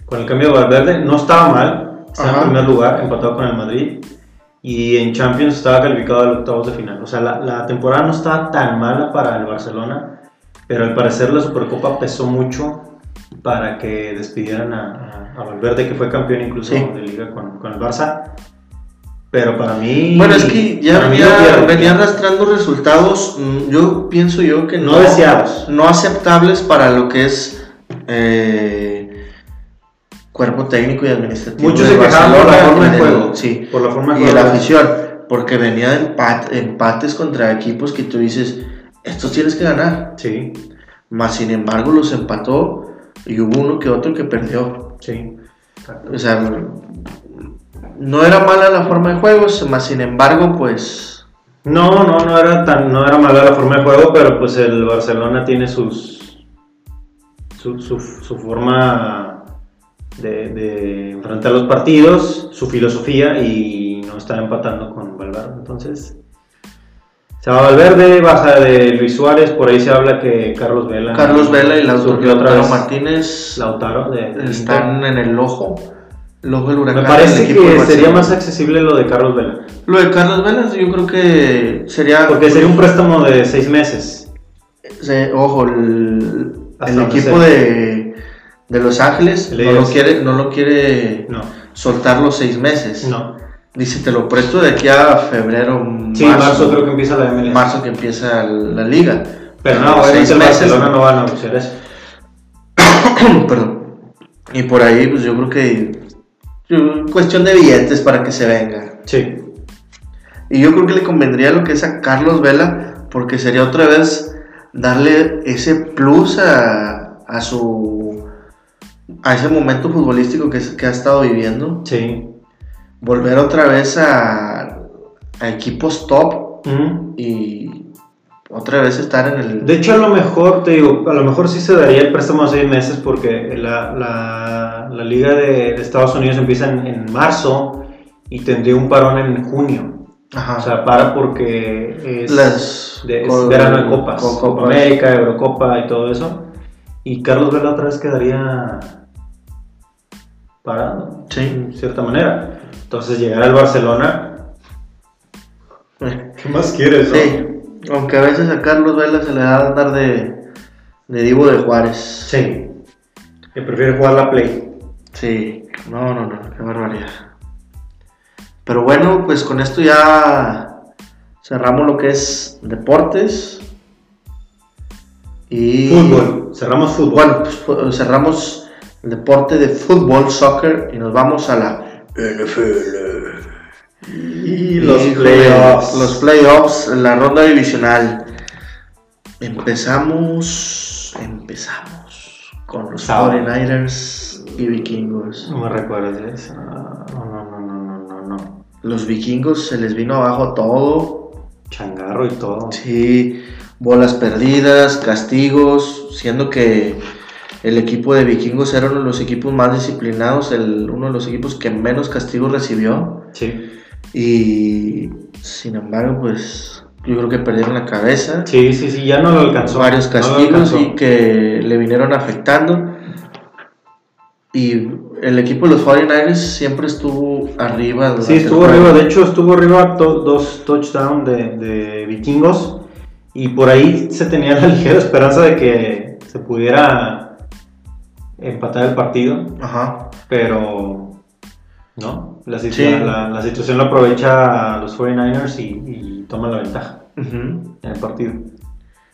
Speaker 2: Con el cambio de Valverde no estaba mal, estaba
Speaker 1: Ajá.
Speaker 2: en primer lugar, empatado con el Madrid y en Champions estaba calificado al octavos de final. O sea, la, la temporada no estaba tan mala para el Barcelona, pero al parecer la Supercopa pesó mucho para que despidieran a, a- a Valverde, que fue campeón incluso
Speaker 1: Sí.
Speaker 2: de liga con, con el Barça. Pero para mí...
Speaker 1: Bueno, es que ya
Speaker 2: para mí
Speaker 1: venía,
Speaker 2: lo pierde.
Speaker 1: venía arrastrando resultados, mm, yo pienso yo que
Speaker 2: No deseados.
Speaker 1: no aceptables para lo que es eh, cuerpo técnico y administrativo.
Speaker 2: Muchos
Speaker 1: del
Speaker 2: se quejaban por la
Speaker 1: Barcelona
Speaker 2: forma
Speaker 1: y
Speaker 2: de
Speaker 1: del-
Speaker 2: juego.
Speaker 1: Sí,
Speaker 2: Por la forma de
Speaker 1: y
Speaker 2: juego.
Speaker 1: la afición, porque venía de empat- empates contra equipos que tú dices, estos tienes que ganar.
Speaker 2: Sí,
Speaker 1: Más sin embargo, los empató y hubo uno que otro que perdió.
Speaker 2: sí.
Speaker 1: O sea, no era mala la forma de juego, más sin embargo, pues
Speaker 2: No, no, no era tan, no era mala la forma de juego, pero pues el Barcelona tiene sus su, su- su forma de, de enfrentar los partidos, su filosofía y no está empatando con Valverde. Entonces, se va Valverde, baja de Luis Suárez, por ahí se habla que Carlos Vela.
Speaker 1: Carlos Vela y las dos
Speaker 2: surgió otra vez
Speaker 1: Martínez
Speaker 2: Lautaro de, de Inter.
Speaker 1: están en el ojo. El ojo del huracán.
Speaker 2: Me
Speaker 1: del
Speaker 2: parece
Speaker 1: equipo
Speaker 2: que
Speaker 1: del
Speaker 2: sería
Speaker 1: Barcelona.
Speaker 2: más accesible lo de Carlos Vela.
Speaker 1: Lo de Carlos Vela, yo creo que sería.
Speaker 2: Porque sería un préstamo de seis meses.
Speaker 1: Se- ojo, el,
Speaker 2: Hasta
Speaker 1: el
Speaker 2: donde
Speaker 1: equipo
Speaker 2: sea.
Speaker 1: de, de Los Ángeles
Speaker 2: El
Speaker 1: no lo,
Speaker 2: AFC.
Speaker 1: quiere, no lo quiere
Speaker 2: No,
Speaker 1: soltar los seis meses.
Speaker 2: no.
Speaker 1: Dice, te lo presto de aquí a febrero, marzo,
Speaker 2: Sí, marzo, creo que empieza la MLS.
Speaker 1: marzo que empieza la liga.
Speaker 2: Pero no,
Speaker 1: Seis
Speaker 2: obviamente el
Speaker 1: meses.
Speaker 2: Barcelona no va a negociar eso.
Speaker 1: Perdón. Y por ahí, pues yo creo que yo- cuestión de billetes para que se venga.
Speaker 2: Sí,
Speaker 1: Y yo creo que le convendría lo que es a Carlos Vela, porque sería otra vez darle ese plus a, a su a ese momento futbolístico que, es- que ha estado viviendo.
Speaker 2: sí.
Speaker 1: Volver otra vez a, a equipos top
Speaker 2: Mm.
Speaker 1: y otra vez estar en el.
Speaker 2: De hecho, a lo mejor, te digo, a lo mejor sí se daría el préstamo de seis meses porque la, la- la liga de, de Estados Unidos empieza en, en marzo y tendría un parón en junio.
Speaker 1: Ajá.
Speaker 2: O sea, para porque es...
Speaker 1: las
Speaker 2: de, es
Speaker 1: con-
Speaker 2: verano de copas,
Speaker 1: con
Speaker 2: Copa
Speaker 1: copas.
Speaker 2: América, Eurocopa y todo eso. Y Carlos Vela otra vez quedaría parado,
Speaker 1: Sí.
Speaker 2: en cierta manera. Entonces llegar al Barcelona, ¿qué más quieres? no?
Speaker 1: Sí, aunque a veces a Carlos Vela se le da andar de, de Divo de Juárez.
Speaker 2: Sí. Que prefiere jugar la play.
Speaker 1: Sí, no, no, no, qué barbaridad. Pero bueno, pues con esto ya cerramos lo que es deportes. Y
Speaker 2: Fútbol, cerramos fútbol.
Speaker 1: Bueno, pues fu- cerramos el deporte de fútbol, soccer, y nos vamos a la NFL.
Speaker 2: y los
Speaker 1: Híjole,
Speaker 2: playoffs.
Speaker 1: Los playoffs, la ronda divisional. Empezamos, empezamos con los
Speaker 2: Sábado.
Speaker 1: 49ers y vikingos.
Speaker 2: no me recuerdas de eso. No, no, no, no, no, no, no.
Speaker 1: Los vikingos se les vino abajo todo.
Speaker 2: Changarro y todo.
Speaker 1: Sí, bolas perdidas, castigos, siendo que el equipo de vikingos era uno de los equipos más disciplinados, el, uno de los equipos que menos castigos recibió.
Speaker 2: Sí,
Speaker 1: Y sin embargo, pues yo creo que perdieron la cabeza.
Speaker 2: sí, sí, sí, ya no lo alcanzó.
Speaker 1: varios
Speaker 2: No lo
Speaker 1: castigos
Speaker 2: alcanzó.
Speaker 1: y que le vinieron afectando. Y el equipo de los 49ers siempre estuvo arriba. durante
Speaker 2: Sí,
Speaker 1: el
Speaker 2: estuvo
Speaker 1: juego.
Speaker 2: arriba, de hecho estuvo arriba to- dos touchdowns de, de vikingos y por ahí se tenía la ligera esperanza de que se pudiera empatar el partido,
Speaker 1: Ajá.
Speaker 2: pero no, la, situ-
Speaker 1: Sí.
Speaker 2: la, la situación lo aprovecha a los 49ers y, y toma la ventaja
Speaker 1: Ujú.
Speaker 2: en el partido.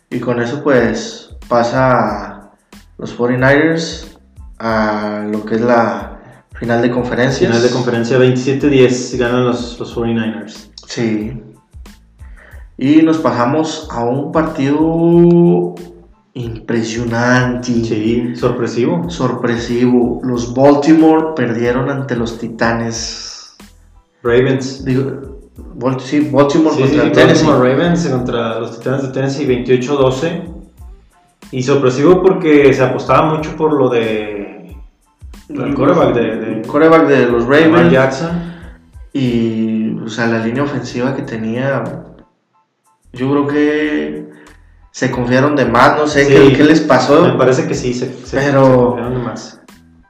Speaker 1: Y con eso pues pasa los 49ers a lo que es la final de conferencias.
Speaker 2: Final de conferencia 27-10 ganan los, los 49ers.
Speaker 1: Sí. Y nos pasamos a un partido impresionante.
Speaker 2: Sí, sorpresivo.
Speaker 1: Sorpresivo. Los Baltimore perdieron ante los Titanes.
Speaker 2: Ravens.
Speaker 1: Digo, Bal- sí, Baltimore
Speaker 2: Sí, sí,
Speaker 1: contra
Speaker 2: sí,
Speaker 1: Tennessee.
Speaker 2: Baltimore Ravens contra los Titanes de Tennessee 28-12. Y sorpresivo porque se apostaba mucho por lo de. El quarterback de- de-
Speaker 1: El quarterback de los
Speaker 2: Lamar
Speaker 1: Ravens.
Speaker 2: Jackson.
Speaker 1: Y, o sea, la línea ofensiva que tenía, yo creo que se confiaron de más, no sé
Speaker 2: Sí.
Speaker 1: qué, qué les
Speaker 2: Me
Speaker 1: pasó.
Speaker 2: parece que sí, se, se,
Speaker 1: Oh. Pero-
Speaker 2: se confiaron de más.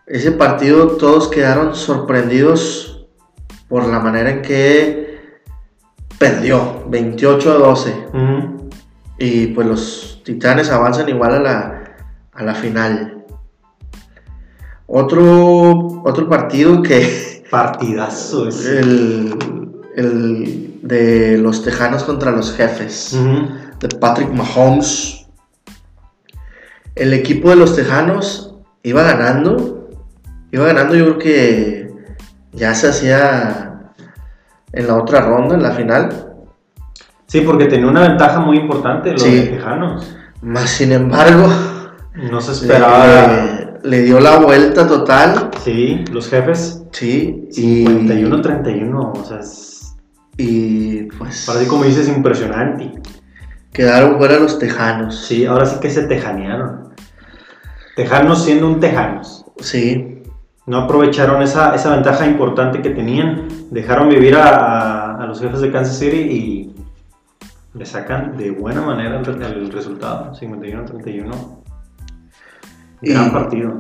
Speaker 1: Ese partido todos quedaron sorprendidos por la manera en que perdió, 28 a 12.
Speaker 2: Ujú.
Speaker 1: Y pues los titanes avanzan igual a la, a la final. Otro, otro partido que
Speaker 2: Partidazo ese.
Speaker 1: el, el de los tejanos contra los jefes.
Speaker 2: Ujú.
Speaker 1: de Patrick Mahomes. El equipo de los Tejanos iba ganando. Iba ganando, yo creo que ya se hacía en la otra ronda, en la final.
Speaker 2: Sí, porque tenía una ventaja muy importante los
Speaker 1: Sí.
Speaker 2: de Tejanos.
Speaker 1: Más sin embargo,
Speaker 2: No se
Speaker 1: le,
Speaker 2: esperaba.
Speaker 1: le dio la vuelta total.
Speaker 2: Sí, los jefes.
Speaker 1: Sí, y,
Speaker 2: 51-31. O sea, es,
Speaker 1: y pues
Speaker 2: ahora sí, como dices, impresionante.
Speaker 1: quedaron fuera los Tejanos.
Speaker 2: Sí, ahora sí que se tejanearon. Tejanos siendo un tejanos.
Speaker 1: Sí,
Speaker 2: No aprovecharon esa, esa ventaja importante que tenían. Dejaron vivir a, a- a los jefes de Kansas City y le sacan de buena manera el, re- el resultado. 51-31. Gran
Speaker 1: Y-
Speaker 2: partido.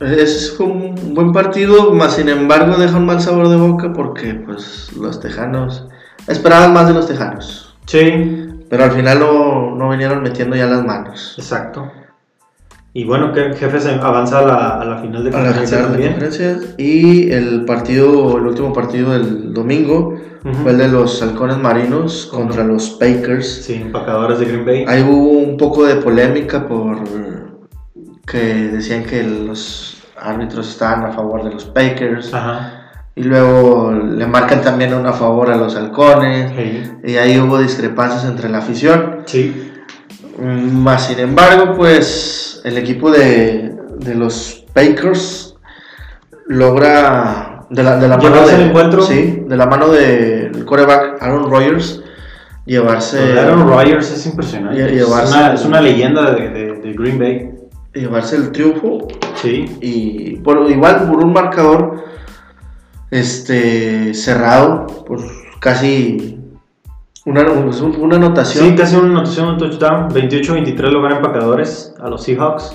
Speaker 1: es fue un buen partido, más sin embargo deja un mal sabor de boca porque pues los Tejanos esperaban más de los Tejanos.
Speaker 2: Sí,
Speaker 1: Pero al final no, no vinieron metiendo ya las manos.
Speaker 2: exacto. Y bueno, que jefes avanza a la, a la final de
Speaker 1: A la
Speaker 2: conferencia
Speaker 1: final de
Speaker 2: también.
Speaker 1: conferencias. Y el partido, el último partido del domingo
Speaker 2: Ujú.
Speaker 1: fue el de los halcones marinos
Speaker 2: Contra-
Speaker 1: contra los Packers.
Speaker 2: Sí, empacadores de Green Bay.
Speaker 1: Ahí hubo un poco de polémica por que decían que los árbitros estaban a favor de los Packers.
Speaker 2: Ajá.
Speaker 1: Y luego le marcan también uno a favor a los halcones.
Speaker 2: Hey.
Speaker 1: Y ahí hubo discrepancias entre la afición.
Speaker 2: Sí.
Speaker 1: Más sin embargo, pues el equipo de, de los Packers logra de la, de la mano
Speaker 2: Llevarse
Speaker 1: de,
Speaker 2: el encuentro.
Speaker 1: sí, de la mano de- del coreback Aaron Rodgers llevarse,
Speaker 2: Aaron Rodgers es impresionante.
Speaker 1: lle-
Speaker 2: es,
Speaker 1: llevarse-
Speaker 2: una, es una leyenda de, de- de Green Bay.
Speaker 1: llevarse el triunfo
Speaker 2: Sí.
Speaker 1: y bueno, igual por un marcador este cerrado por casi una, pues, una anotación
Speaker 2: Sí, casi una anotación, un touchdown. 28-23 logran empacadores a los Seahawks.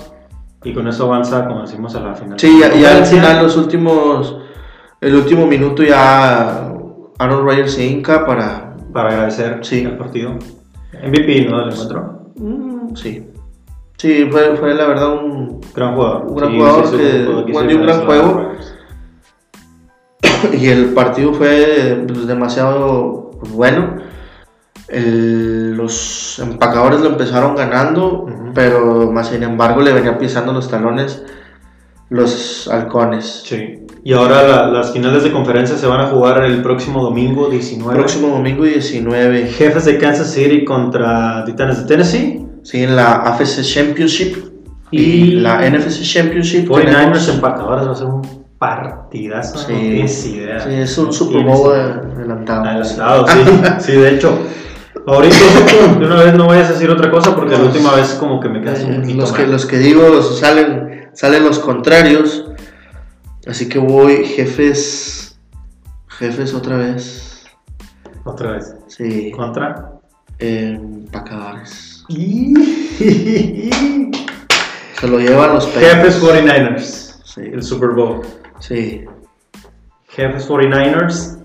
Speaker 2: Y con eso avanza, como decimos, a la final.
Speaker 1: Sí, ya, ya al
Speaker 2: Conferencia.
Speaker 1: final los últimos, el último minuto ya Aaron Rodgers se hinca para,
Speaker 2: Para agradecer
Speaker 1: Sí.
Speaker 2: el partido. MVP, ¿no? Del encuentro.
Speaker 1: Mm, sí, sí fue, fue la verdad un
Speaker 2: Gran jugador.
Speaker 1: Un gran
Speaker 2: Sí,
Speaker 1: jugador
Speaker 2: sí, sí,
Speaker 1: que-
Speaker 2: un jugador
Speaker 1: bueno,
Speaker 2: hizo
Speaker 1: y un gran
Speaker 2: diferencia a
Speaker 1: juego.
Speaker 2: Rodgers.
Speaker 1: y el partido fue pues, demasiado pues, bueno. El- los empacadores lo empezaron ganando,
Speaker 2: Ujú.
Speaker 1: pero más sin embargo le venía pisando los talones los halcones.
Speaker 2: Sí. Y ahora la- las finales de conferencia se van a jugar el próximo domingo 19.
Speaker 1: Próximo domingo 19,
Speaker 2: Jefes de Kansas City contra Titanes de Tennessee.
Speaker 1: sí, en la AFC Championship y,
Speaker 2: Y-
Speaker 1: la NFC Championship.
Speaker 2: 49ers
Speaker 1: tenemos-
Speaker 2: empacadores va a ser un partidazo.
Speaker 1: Sí.
Speaker 2: No tienes idea.
Speaker 1: Sí, es un
Speaker 2: No
Speaker 1: Super
Speaker 2: tienes
Speaker 1: Bowl
Speaker 2: idea.
Speaker 1: adelantado.
Speaker 2: Adelantado, sí. sí, de hecho. Ahorita, de una vez no vayas a decir otra cosa porque la
Speaker 1: Los-
Speaker 2: última vez como que me quedaste un
Speaker 1: Eh,
Speaker 2: poquito
Speaker 1: los, que,
Speaker 2: mal.
Speaker 1: los que digo salen, salen los contrarios. Así que voy, jefes. Jefes otra vez.
Speaker 2: Otra vez.
Speaker 1: Sí.
Speaker 2: Contra.
Speaker 1: eh, Empacadores.
Speaker 2: Jefes
Speaker 1: Se lo llevan los Packers.
Speaker 2: 49ers.
Speaker 1: Sí.
Speaker 2: El Super Bowl.
Speaker 1: sí.
Speaker 2: Jefes 49ers.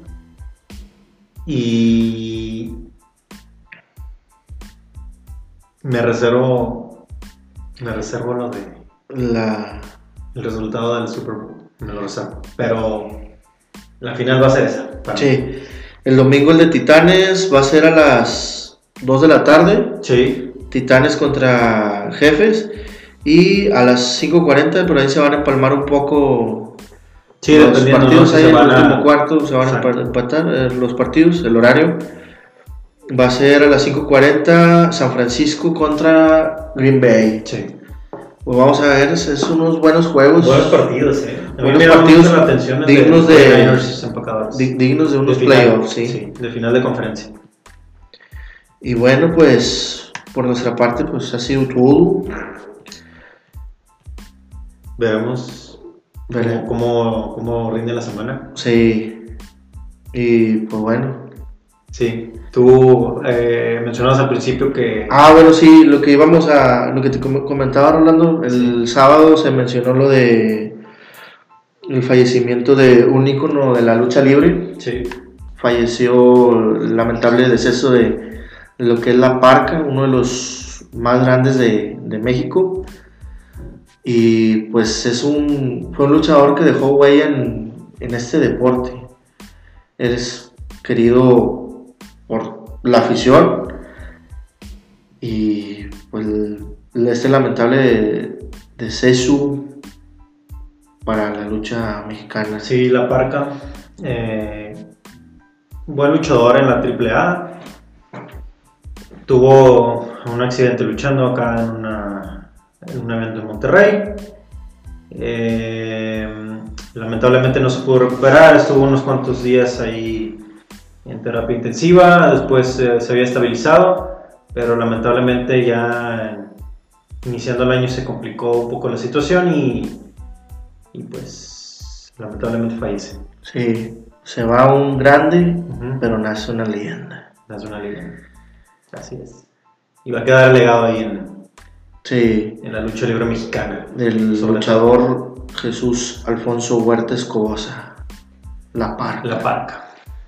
Speaker 2: Y. Me reservo. Me reservo lo de.
Speaker 1: La.
Speaker 2: El resultado del Super Bowl. Me lo reservo. Pero. La final va a ser esa. para mí.
Speaker 1: Sí. El domingo el de Titanes va a ser a las 2 de la tarde.
Speaker 2: Sí.
Speaker 1: Titanes contra Jefes. Y a las 5.40 por ahí se van a empalmar un poco
Speaker 2: Sí,
Speaker 1: los
Speaker 2: dependiendo.
Speaker 1: partidos
Speaker 2: ¿no?
Speaker 1: ahí en
Speaker 2: Se
Speaker 1: el
Speaker 2: van a-
Speaker 1: último cuarto se van a
Speaker 2: Exacto.
Speaker 1: empatar eh, los partidos, el horario. Va a ser a las 5.40 San Francisco contra Green Bay.
Speaker 2: Sí.
Speaker 1: Pues vamos a ver, es, es unos buenos juegos.
Speaker 3: Buenos partidos, ¿eh? A mí
Speaker 1: Buenos
Speaker 3: me llama mucho
Speaker 1: partidos
Speaker 3: la atención el
Speaker 1: dignos
Speaker 3: de...
Speaker 1: de-
Speaker 2: Niners empacadores.
Speaker 1: Dig- dignos de unos
Speaker 2: De final,
Speaker 1: playoffs, sí.
Speaker 2: De final de conferencia.
Speaker 1: Y bueno, pues por nuestra parte, pues ha sido todo.
Speaker 2: Veremos
Speaker 1: Vere-
Speaker 2: cómo, cómo, cómo rinde la semana.
Speaker 1: Sí. Y pues bueno.
Speaker 2: Sí. Tú eh, mencionabas al principio que
Speaker 1: Ah, bueno, sí, lo que íbamos a. Lo que te com- comentaba Rolando, el sábado se mencionó lo de. El fallecimiento de un ícono de la lucha libre.
Speaker 2: sí,
Speaker 1: falleció el lamentable deceso de lo que es La Parca, uno de los más grandes de, de México. Y pues es un, fue un luchador que dejó huella en, en este deporte. Es querido por la afición y pues este lamentable deceso para la lucha mexicana.
Speaker 2: sí, La Parca. eh, buen luchador en la AAA. Tuvo un accidente luchando acá en, una- en un evento en Monterrey. Eh, lamentablemente no se pudo recuperar, estuvo unos cuantos días ahí en terapia intensiva, después eh, se había estabilizado, pero lamentablemente ya en- iniciando el año se complicó un poco la situación y, y pues lamentablemente fallece.
Speaker 1: Sí, se va un grande,
Speaker 2: Ujú.
Speaker 1: pero nace una leyenda.
Speaker 2: Nace una liga. Así es. Y va a quedar legado ahí en,
Speaker 1: Sí,
Speaker 2: en la lucha libre mexicana.
Speaker 1: del
Speaker 2: Sobre
Speaker 1: luchador Jesús Alfonso Huerta Escobosa, La Parca.
Speaker 2: La Parca.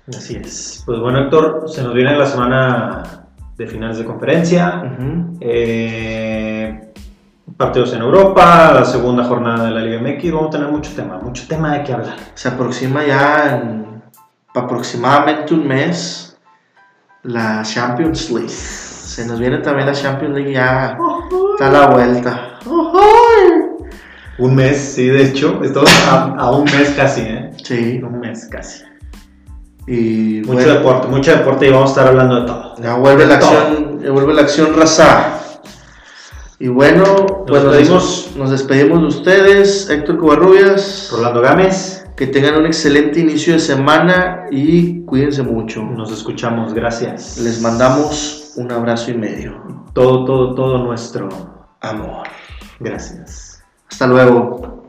Speaker 2: Así es. Pues bueno, Héctor, se nos viene la semana de finales de conferencia.
Speaker 1: Ujú.
Speaker 2: eh, partidos en Europa, la segunda jornada de la Liga MX. Vamos a tener mucho tema, mucho tema de qué hablar.
Speaker 1: Se aproxima ya en aproximadamente un mes la Champions League. Se nos viene también la Champions League, ya está a la vuelta.
Speaker 2: Un mes, sí, de hecho. Estamos a, a un mes casi, ¿eh?
Speaker 1: Sí,
Speaker 2: Un mes casi.
Speaker 1: y
Speaker 2: Mucho
Speaker 1: bueno,
Speaker 2: deporte, mucho deporte y vamos a estar hablando de todo.
Speaker 1: ya vuelve la
Speaker 2: Todo.
Speaker 1: acción, ya vuelve la acción raza. Y bueno, pues nos
Speaker 2: despedimos.
Speaker 1: despedimos, nos despedimos de ustedes, Héctor Covarrubias.
Speaker 2: Rolando Gámez.
Speaker 1: Que tengan un excelente inicio de semana y cuídense mucho.
Speaker 2: Nos escuchamos, gracias.
Speaker 1: Les mandamos un abrazo y medio.
Speaker 2: todo, todo, todo nuestro
Speaker 1: Amor.
Speaker 2: gracias.
Speaker 1: Hasta luego.